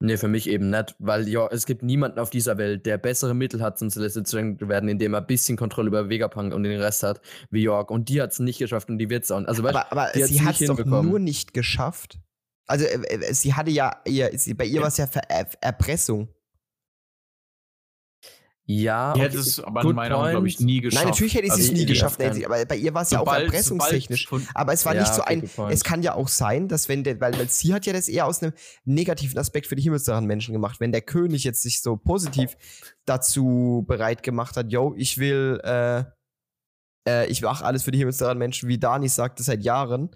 S3: Nee, für mich eben nicht, weil ja, es gibt niemanden auf dieser Welt, der bessere Mittel hat, zum Celestial Strength zu werden, indem er ein bisschen Kontrolle über Vegapunk und den Rest hat, wie York. Und die hat es nicht geschafft und die wird es auch. Also, weißt,
S1: Aber, aber
S3: die hat's
S1: sie
S3: nicht
S1: hat es doch
S3: hinbekommen.
S1: nur nicht geschafft. Also, äh, äh, sie hatte ja, ihr, sie, bei ihr war es ja Ver äh, Erpressung.
S3: ja,
S4: Die
S3: okay,
S4: hätte es aber in
S3: good
S4: meiner Meinung, glaube ich,
S3: point.
S4: nie geschafft.
S1: Nein, natürlich hätte sie
S3: Also
S1: es nie
S3: die-
S1: geschafft,
S3: die-
S1: Nancy, aber bei ihr war es ja auch
S4: Sobald-
S1: erpressungstechnisch.
S4: sobald von-
S1: Aber es war
S3: Ja,
S1: nicht so
S3: okay,
S1: ein.
S3: good point.
S1: Es kann ja auch sein, dass wenn der, weil, weil sie hat ja das eher aus einem negativen Aspekt für die himmelssachen Menschen gemacht. Wenn der König jetzt sich so positiv dazu bereit gemacht hat, yo, ich will, äh, äh, ich mache alles für die himmelssachen Menschen, wie Dani sagte seit Jahren,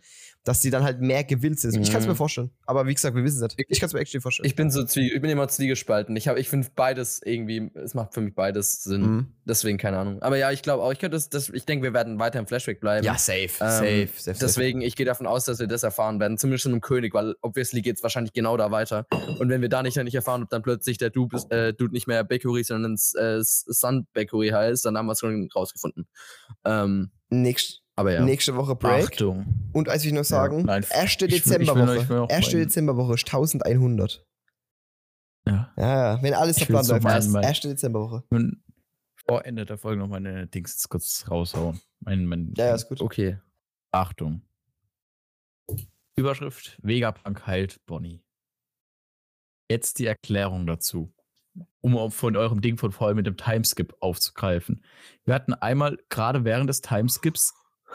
S1: dass die dann halt mehr gewillt sind. Ich kann es mir
S3: Mhm.
S1: vorstellen. Aber wie gesagt, wir wissen es nicht. Ich kann es mir echt vorstellen.
S3: Ich bin so zwie ich bin immer zwiegespalten. Ich, hab- ich finde beides irgendwie, es macht für mich beides Sinn.
S1: Mhm.
S3: Deswegen keine Ahnung. Aber ja, ich glaube auch, ich könnte das, das ich denke, wir werden weiter im Flashback bleiben.
S1: Ja, safe, safe, safe. safe.
S3: Ähm, Deswegen, ich gehe davon aus, dass wir das erfahren werden, zumindest schon im König, weil obviously geht es wahrscheinlich genau da weiter. Und wenn wir da nicht, dann nicht erfahren, ob dann plötzlich der Dude, ist, äh, Dude nicht mehr Bakery, sondern äh, Sun Bakery heißt, dann haben wir es schon rausgefunden. Ähm,
S1: Nächst,
S3: aber ja.
S1: Nächste Woche Break.
S4: Achtung.
S1: Und als ich noch sagen,
S4: nein,
S1: erste
S4: ich will- ich will euch
S1: Dezemberwoche.
S4: noch
S1: Erste
S4: meinen-
S1: Dezemberwoche ist 1100.
S4: Ja.
S1: Ja, ja, wenn alles nach
S4: Ich will
S1: Plan
S4: so
S1: läuft.
S4: meinen-
S1: erst-
S4: meinen-
S1: Erste Dezemberwoche.
S4: Und vor Ende der Folge noch meine Dings jetzt kurz raushauen. Mein, mein,
S1: Ja, ja, ist gut.
S3: Okay.
S4: Achtung. Überschrift: Vegapunk heilt Bonnie. Jetzt die Erklärung dazu, um auch von eurem Ding von vorhin mit dem Timeskip aufzugreifen. Wir hatten einmal gerade während des Timeskips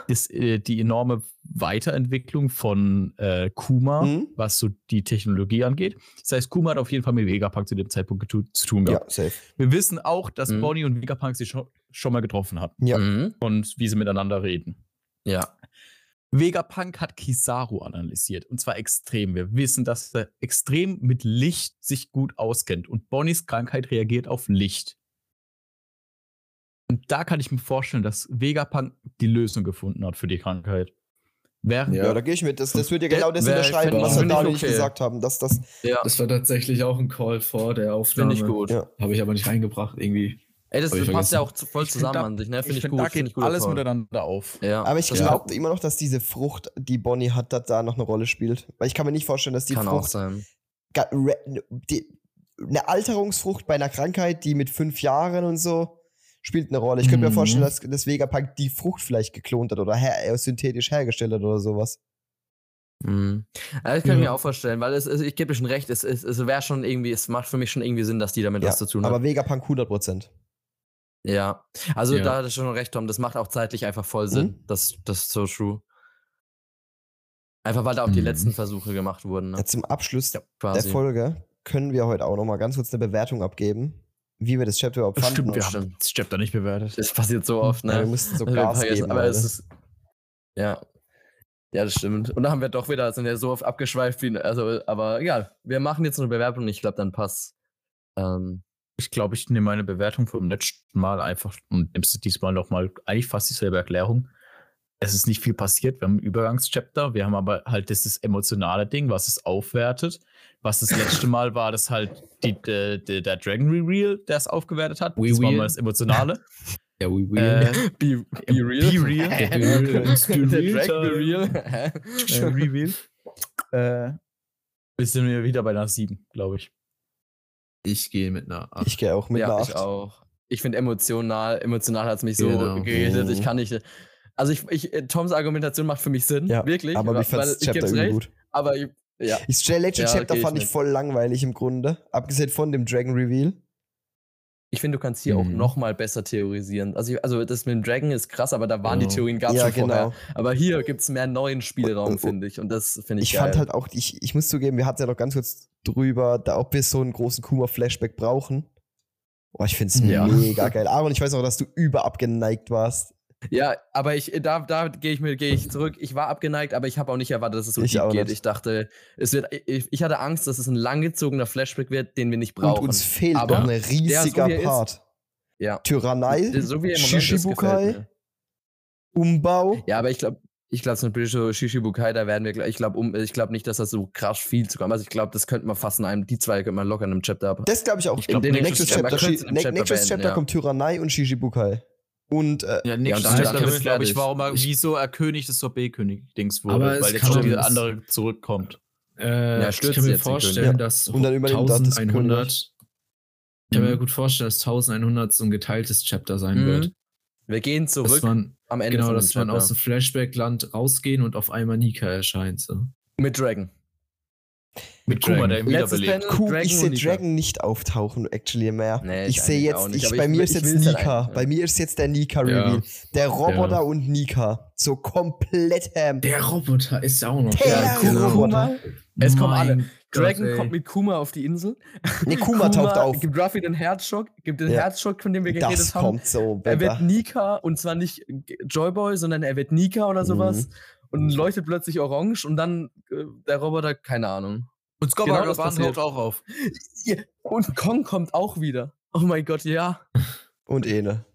S4: ist, äh, die enorme Weiterentwicklung von äh, Kuma,
S1: Mhm.
S4: was so die Technologie angeht. Das heißt, Kuma hat auf jeden Fall mit Vegapunk zu dem Zeitpunkt getu- zu tun gehabt.
S1: Ja, safe.
S4: Wir wissen auch, dass
S3: Mhm.
S4: Bonnie und Vegapunk sich schon, schon mal getroffen hatten
S1: Ja.
S3: Mhm.
S4: und wie sie miteinander reden.
S3: Ja.
S4: Vegapunk hat Kizaru analysiert und zwar extrem. Wir wissen, dass er extrem mit Licht sich gut auskennt und Bonnies Krankheit reagiert auf Licht. Und da kann ich mir vorstellen, dass Vegapunk die Lösung gefunden hat für die Krankheit. Während
S1: Ja, da gehe ich mit. Das, das wird ja genau das
S4: Wär-
S1: unterschreiben,
S4: fänd
S1: was
S4: ich-
S1: wir
S3: find ich
S1: da nicht
S3: okay.
S1: gesagt haben. Dass das,
S2: Das war tatsächlich auch ein Call vor der Aufnahme.
S3: Finde ich gut.
S1: ja.
S2: Habe ich aber nicht reingebracht irgendwie.
S3: Ey, das,
S2: Hab ich
S3: das passt
S2: vergessen.
S3: ja auch zu, voll
S4: Ich find
S3: zusammen
S4: da-
S3: an sich, ne? Finde ich,
S4: find,
S3: gut.
S4: da
S3: Finde ich
S4: geht
S3: gut.
S4: alles miteinander auf.
S3: Ja.
S1: Aber ich
S3: das
S1: glaube immer noch, dass diese Frucht, die Bonnie hat, dass da noch eine Rolle spielt. Weil ich kann mir nicht vorstellen, dass die
S3: kann auch
S1: Frucht.
S3: sein.
S1: ga- re- Die, eine Alterungsfrucht bei einer Krankheit, die mit fünf Jahren und so spielt eine Rolle. Ich könnte mir
S4: Mhm.
S1: vorstellen, dass, dass Vegapunk die Frucht vielleicht geklont hat oder her, äh, synthetisch hergestellt hat oder sowas.
S3: Mhm. Ja, das kann ich
S4: Ja.
S3: mir auch vorstellen, weil es, es ich gebe dir schon recht, es, es, es wäre schon irgendwie, es macht für mich schon irgendwie Sinn, dass die damit
S1: Ja,
S3: was zu tun haben.
S1: Aber Vegapunk 100%.
S3: Ja, also
S4: Ja.
S3: da hat er schon recht, Tom. Das macht auch zeitlich einfach voll Sinn.
S1: Mhm.
S3: Das, das ist so true. Einfach weil da auch die
S4: Mhm.
S3: letzten Versuche gemacht wurden. Ne?
S1: Ja, zum Abschluss der
S3: Quasi.
S1: Folge können wir heute auch noch mal ganz kurz eine Bewertung abgeben, wie wir das Chapter überhaupt fanden.
S4: Stimmt, wir
S1: Und-
S4: haben das Chapter nicht bewertet.
S3: Das passiert so oft,
S1: Ja, wir
S3: ne?
S1: mussten so
S3: Also wir
S1: Gas
S3: vergessen,
S1: geben.
S3: aber es
S1: Alter.
S3: ist. Ja. Ja, das stimmt. Und da haben wir doch wieder, sind wir so oft abgeschweift wie. Also, aber egal. Wir machen jetzt eine Bewerbung. Ich glaube, dann passt. Ähm,
S4: Ich glaube, ich nehme meine Bewertung vom letzten Mal einfach und nimmst diesmal nochmal eigentlich fast dieselbe Erklärung. Es ist nicht viel passiert. Wir haben ein Übergangschapter. Wir haben aber halt dieses emotionale Ding, was es aufwertet. Was das letzte Mal war, das halt die, de, de, der Dragon Reveal, der es aufgewertet hat.
S2: We
S4: das war
S2: Wheel.
S4: mal das Emotionale.
S2: Ja, we
S4: Äh,
S3: be, be real.
S4: Be real.
S3: Der
S4: Be real.
S3: Drag
S4: Time.
S3: be real.
S4: Äh, Reveal. Äh, wir sind wir wieder bei einer 7, glaube ich.
S2: ich gehe mit einer Acht.
S1: ich gehe auch mit
S3: ja,
S1: einer
S3: ich
S1: Acht.
S3: auch. Ich finde emotional, emotional hat es mich so
S2: Genau.
S3: geredet. Ich
S1: Mhm.
S3: kann nicht. Also ich, ich, äh, Toms Argumentation macht für mich Sinn,
S1: Ja,
S3: wirklich.
S1: Aber
S3: wa-
S1: mir fand
S3: weil
S1: das
S3: ich
S1: Chapter
S3: geb's
S1: übel
S3: recht,
S1: gut.
S3: aber ich, ja.
S1: Ich, der letzte
S3: Ja,
S1: Chapter
S3: geh ich
S1: fand ich
S3: mit.
S1: voll langweilig im Grunde. Abgesehen von dem Dragon Reveal.
S3: Ich finde, du kannst hier auch
S1: Mhm.
S3: noch mal besser theorisieren. Also, ich, also das mit dem Dragon ist krass, aber da waren
S4: Ja.
S3: die Theorien gab es
S1: Ja,
S3: schon vorher.
S1: genau.
S3: Aber hier gibt es mehr neuen
S1: Und-
S3: Spielraum,
S1: und-
S3: finde ich. Und das finde ich,
S1: Ich
S3: geil.
S1: fand halt auch, ich, ich muss zugeben, wir hatten ja noch ganz kurz drüber, da, ob wir so einen großen Kuma-Flashback brauchen. Oh, ich finde es
S3: Ja.
S1: mega geil. Aaron, ich weiß auch, dass du überabgeneigt warst.
S3: Ja, aber ich, äh, da, da gehe ich mir, gehe ich zurück. Ich war abgeneigt, aber ich habe auch nicht erwartet, dass es so
S1: Ich
S3: deep
S1: auch
S3: geht.
S1: nicht.
S3: Ich dachte, es wird. Ich, ich hatte Angst, dass es ein langgezogener Flashback wird, den wir nicht brauchen.
S1: Und uns fehlt
S3: Aber
S1: noch ein riesiger
S3: wie er ist-
S1: Part.
S3: Ja.
S1: Tyrannei,
S3: Äh, so wie er im Moment ist, gefällt
S1: Shishibukai,
S3: mir.
S1: Umbau.
S3: Ja, aber ich glaube, ich glaube, zum Beispiel so Shishibukai, da werden wir, gl- ich glaube, um, ich glaube nicht, dass das so krass viel zu kommen. Also ich glaube, das könnte man fast in einem, die zwei könnte man locker in einem Chapter ab.
S1: Das glaube ich auch.
S4: Ich glaub,
S1: In
S4: nächstes
S1: Nexus
S4: Chapter-
S1: Chapter,
S3: man könnte es in einem
S1: Nex-
S3: Chapter
S1: Nexus
S3: beenden,
S1: Chapter
S3: ja.
S1: kommt Tyrannei und Shijibukai. Und äh,
S4: Ja,
S3: und
S4: nächstes
S3: dann-
S4: Chapter
S3: dann
S4: wird,
S3: ist
S4: glaube ich,
S3: fertig.
S4: warum er,
S2: Ich-
S4: wieso er König des Sorbet-König-Dings wurde,
S2: Aber es
S4: weil jetzt
S2: kann
S4: schon
S2: auch-
S4: dieser andere zurückkommt.
S2: Äh,
S3: Ja,
S2: ich
S3: stürzt
S2: kann mir
S3: jetzt den König.
S2: vorstellen,
S1: Ja.
S2: dass
S1: Und dann übernimmt das das
S2: 1100. Ich kann
S4: Mhm.
S2: mir gut vorstellen, dass 1100 so ein geteiltes Chapter sein
S3: Mhm.
S2: wird.
S3: Wir gehen
S2: Dass
S3: zurück
S2: man,
S3: am Ende
S2: genau,
S3: von dem
S2: dass man
S3: Chapter.
S2: aus dem Flashback-Land rausgehen und auf einmal Nika erscheint. So.
S3: mit Dragon.
S4: Mit
S2: Dragon.
S4: Kuma, der ihn
S3: Letztes
S4: wiederbelebt.
S3: Panel,
S1: Kuh,
S3: Dragon
S1: ich sehe
S3: und Nika.
S1: Dragon nicht auftauchen, actually mehr.
S3: Nee,
S1: ich
S3: ich
S1: sehe
S3: eigentlich
S1: jetzt,
S3: auch nicht,
S1: ich,
S3: aber
S1: bei
S3: ich
S1: mir
S3: will-
S1: ist
S3: ich
S1: jetzt
S3: will's halt
S1: Nika.
S3: eigentlich, ja.
S1: Bei mir ist jetzt der
S2: Ja.
S1: Nika-Reveal. Der Roboter
S2: Ja.
S1: und Nika. So komplett ham.
S2: Der Roboter ist ja auch noch.
S1: Der
S2: da, genau.
S1: Roboter.
S3: Es kommen alle.
S2: Mein Gott,
S3: Dragon
S2: ey.
S3: kommt mit Kuma auf die Insel.
S1: Ne, Kuma taucht auf.
S3: Gibt Ruffy den Herzschock, gibt den
S1: Ja.
S3: Herzschock, von dem wir geredet
S1: Das
S3: haben.
S1: kommt so,
S3: Er wird
S1: Baba.
S3: Nika und zwar nicht G- Joyboy, sondern er wird Nika oder sowas
S1: Mhm.
S3: und leuchtet plötzlich orange und dann äh, der Roboter, keine Ahnung.
S4: Und
S3: Genau
S4: Skobba
S3: das
S4: Gaban
S3: passiert.
S4: taucht auch auf.
S3: Und Kong kommt auch wieder. Oh mein Gott, ja.
S1: Und Ene.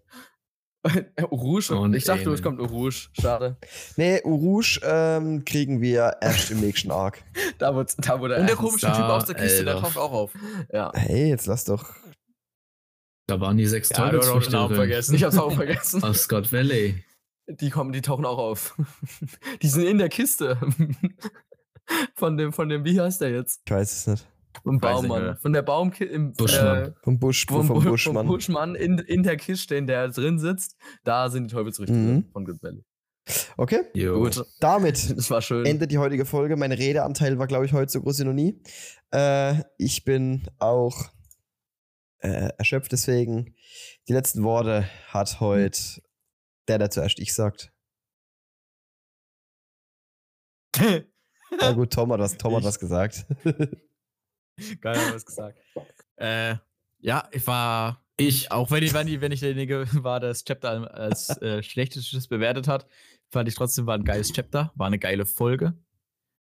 S3: Urush.
S2: Und
S3: ich dachte, es
S2: Aemon.
S3: kommt Urush. Schade.
S1: Nee, Urush ähm, kriegen wir erst im nächsten Arc.
S3: Da wurde, da wurde
S4: Und der
S3: ernst.
S4: komische
S2: da,
S4: Typ aus der Kiste, der
S2: Alter.
S4: taucht auch auf.
S3: Ja.
S1: Hey, jetzt lass doch.
S2: Da waren die sechs
S4: Ja, du hast auch den
S2: Teufelsfrüchte
S4: Namen
S2: drin.
S4: vergessen.
S3: Ich hab's auch vergessen.
S2: Aus Scott Valley.
S3: Die kommen, die tauchen auch auf. Die sind in der Kiste. Von dem, von dem, wie heißt der jetzt?
S1: Ich weiß es nicht.
S3: Vom
S4: Weiß ich
S3: Baummann.
S4: nicht.
S3: Von der Baumki im
S2: Buschmann.
S3: Äh,
S1: Vom Busch,
S3: vom,
S1: vom,
S3: Bu- vom
S1: Buschmann.
S3: Buschmann in, in der Kiste, in der er drin sitzt, da sind die Teufelsrüchte
S1: Mhm.
S3: drin von Good Valley.
S1: Okay,
S2: Jo.
S3: Gut,
S1: damit
S3: das war schön.
S1: endet die heutige Folge. Mein Redeanteil war, glaube ich, heute so groß wie noch nie. Äh, ich bin auch äh, erschöpft, deswegen die letzten Worte hat heute der, der zuerst ich sagt. Na gut, Tom hat was, Tom hat
S4: Ich.
S1: was gesagt.
S4: Geil, haben wir es gesagt. Äh, ja, ich war. Ich, auch wenn ich, wenn ich, wenn ich derjenige war, der das Chapter als äh, schlechtestes bewertet hat, fand ich trotzdem, war ein geiles Chapter, war eine geile Folge.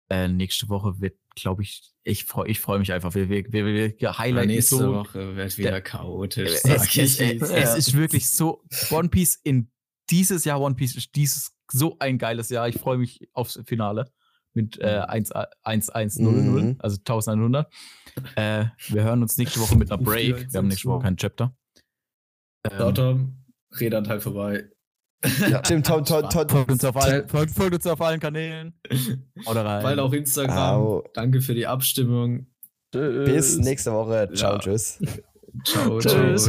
S4: Äh, nächste Woche wird, glaube ich, ich freue ich freu mich einfach. Wir, wir, wir, wir wir
S2: Ja,
S4: highlighten
S2: Ah, nächste
S4: so.
S2: Woche wird wieder
S4: Der-
S2: chaotisch.
S4: Es,
S2: sag
S4: es,
S2: ich.
S4: es, es ist wirklich so. One Piece in dieses Jahr, One Piece ist dieses so ein geiles Jahr. Ich freue mich aufs Finale mit äh, 1 1 1 0 0,
S1: Mhm.
S4: also 1100. Äh, wir hören uns nächste Woche mit einer
S2: Ruf die
S4: Break. Wir haben nächste Woche
S2: 110.
S4: keinen Chapter.
S2: So,
S4: Ähm,
S2: Tom, Redanteil vorbei.
S1: ja, Tim, Tom, Tom, Tom.
S4: folgt, uns auf allen, folgt, folgt uns auf allen Kanälen. Oder rein.
S2: Weil auch Instagram.
S1: Au.
S2: Danke für die Abstimmung.
S1: Bis nächste Woche. Ciao,
S2: Ja.
S1: tschüss.
S2: Ciao,
S3: Tschüss.
S2: ciao.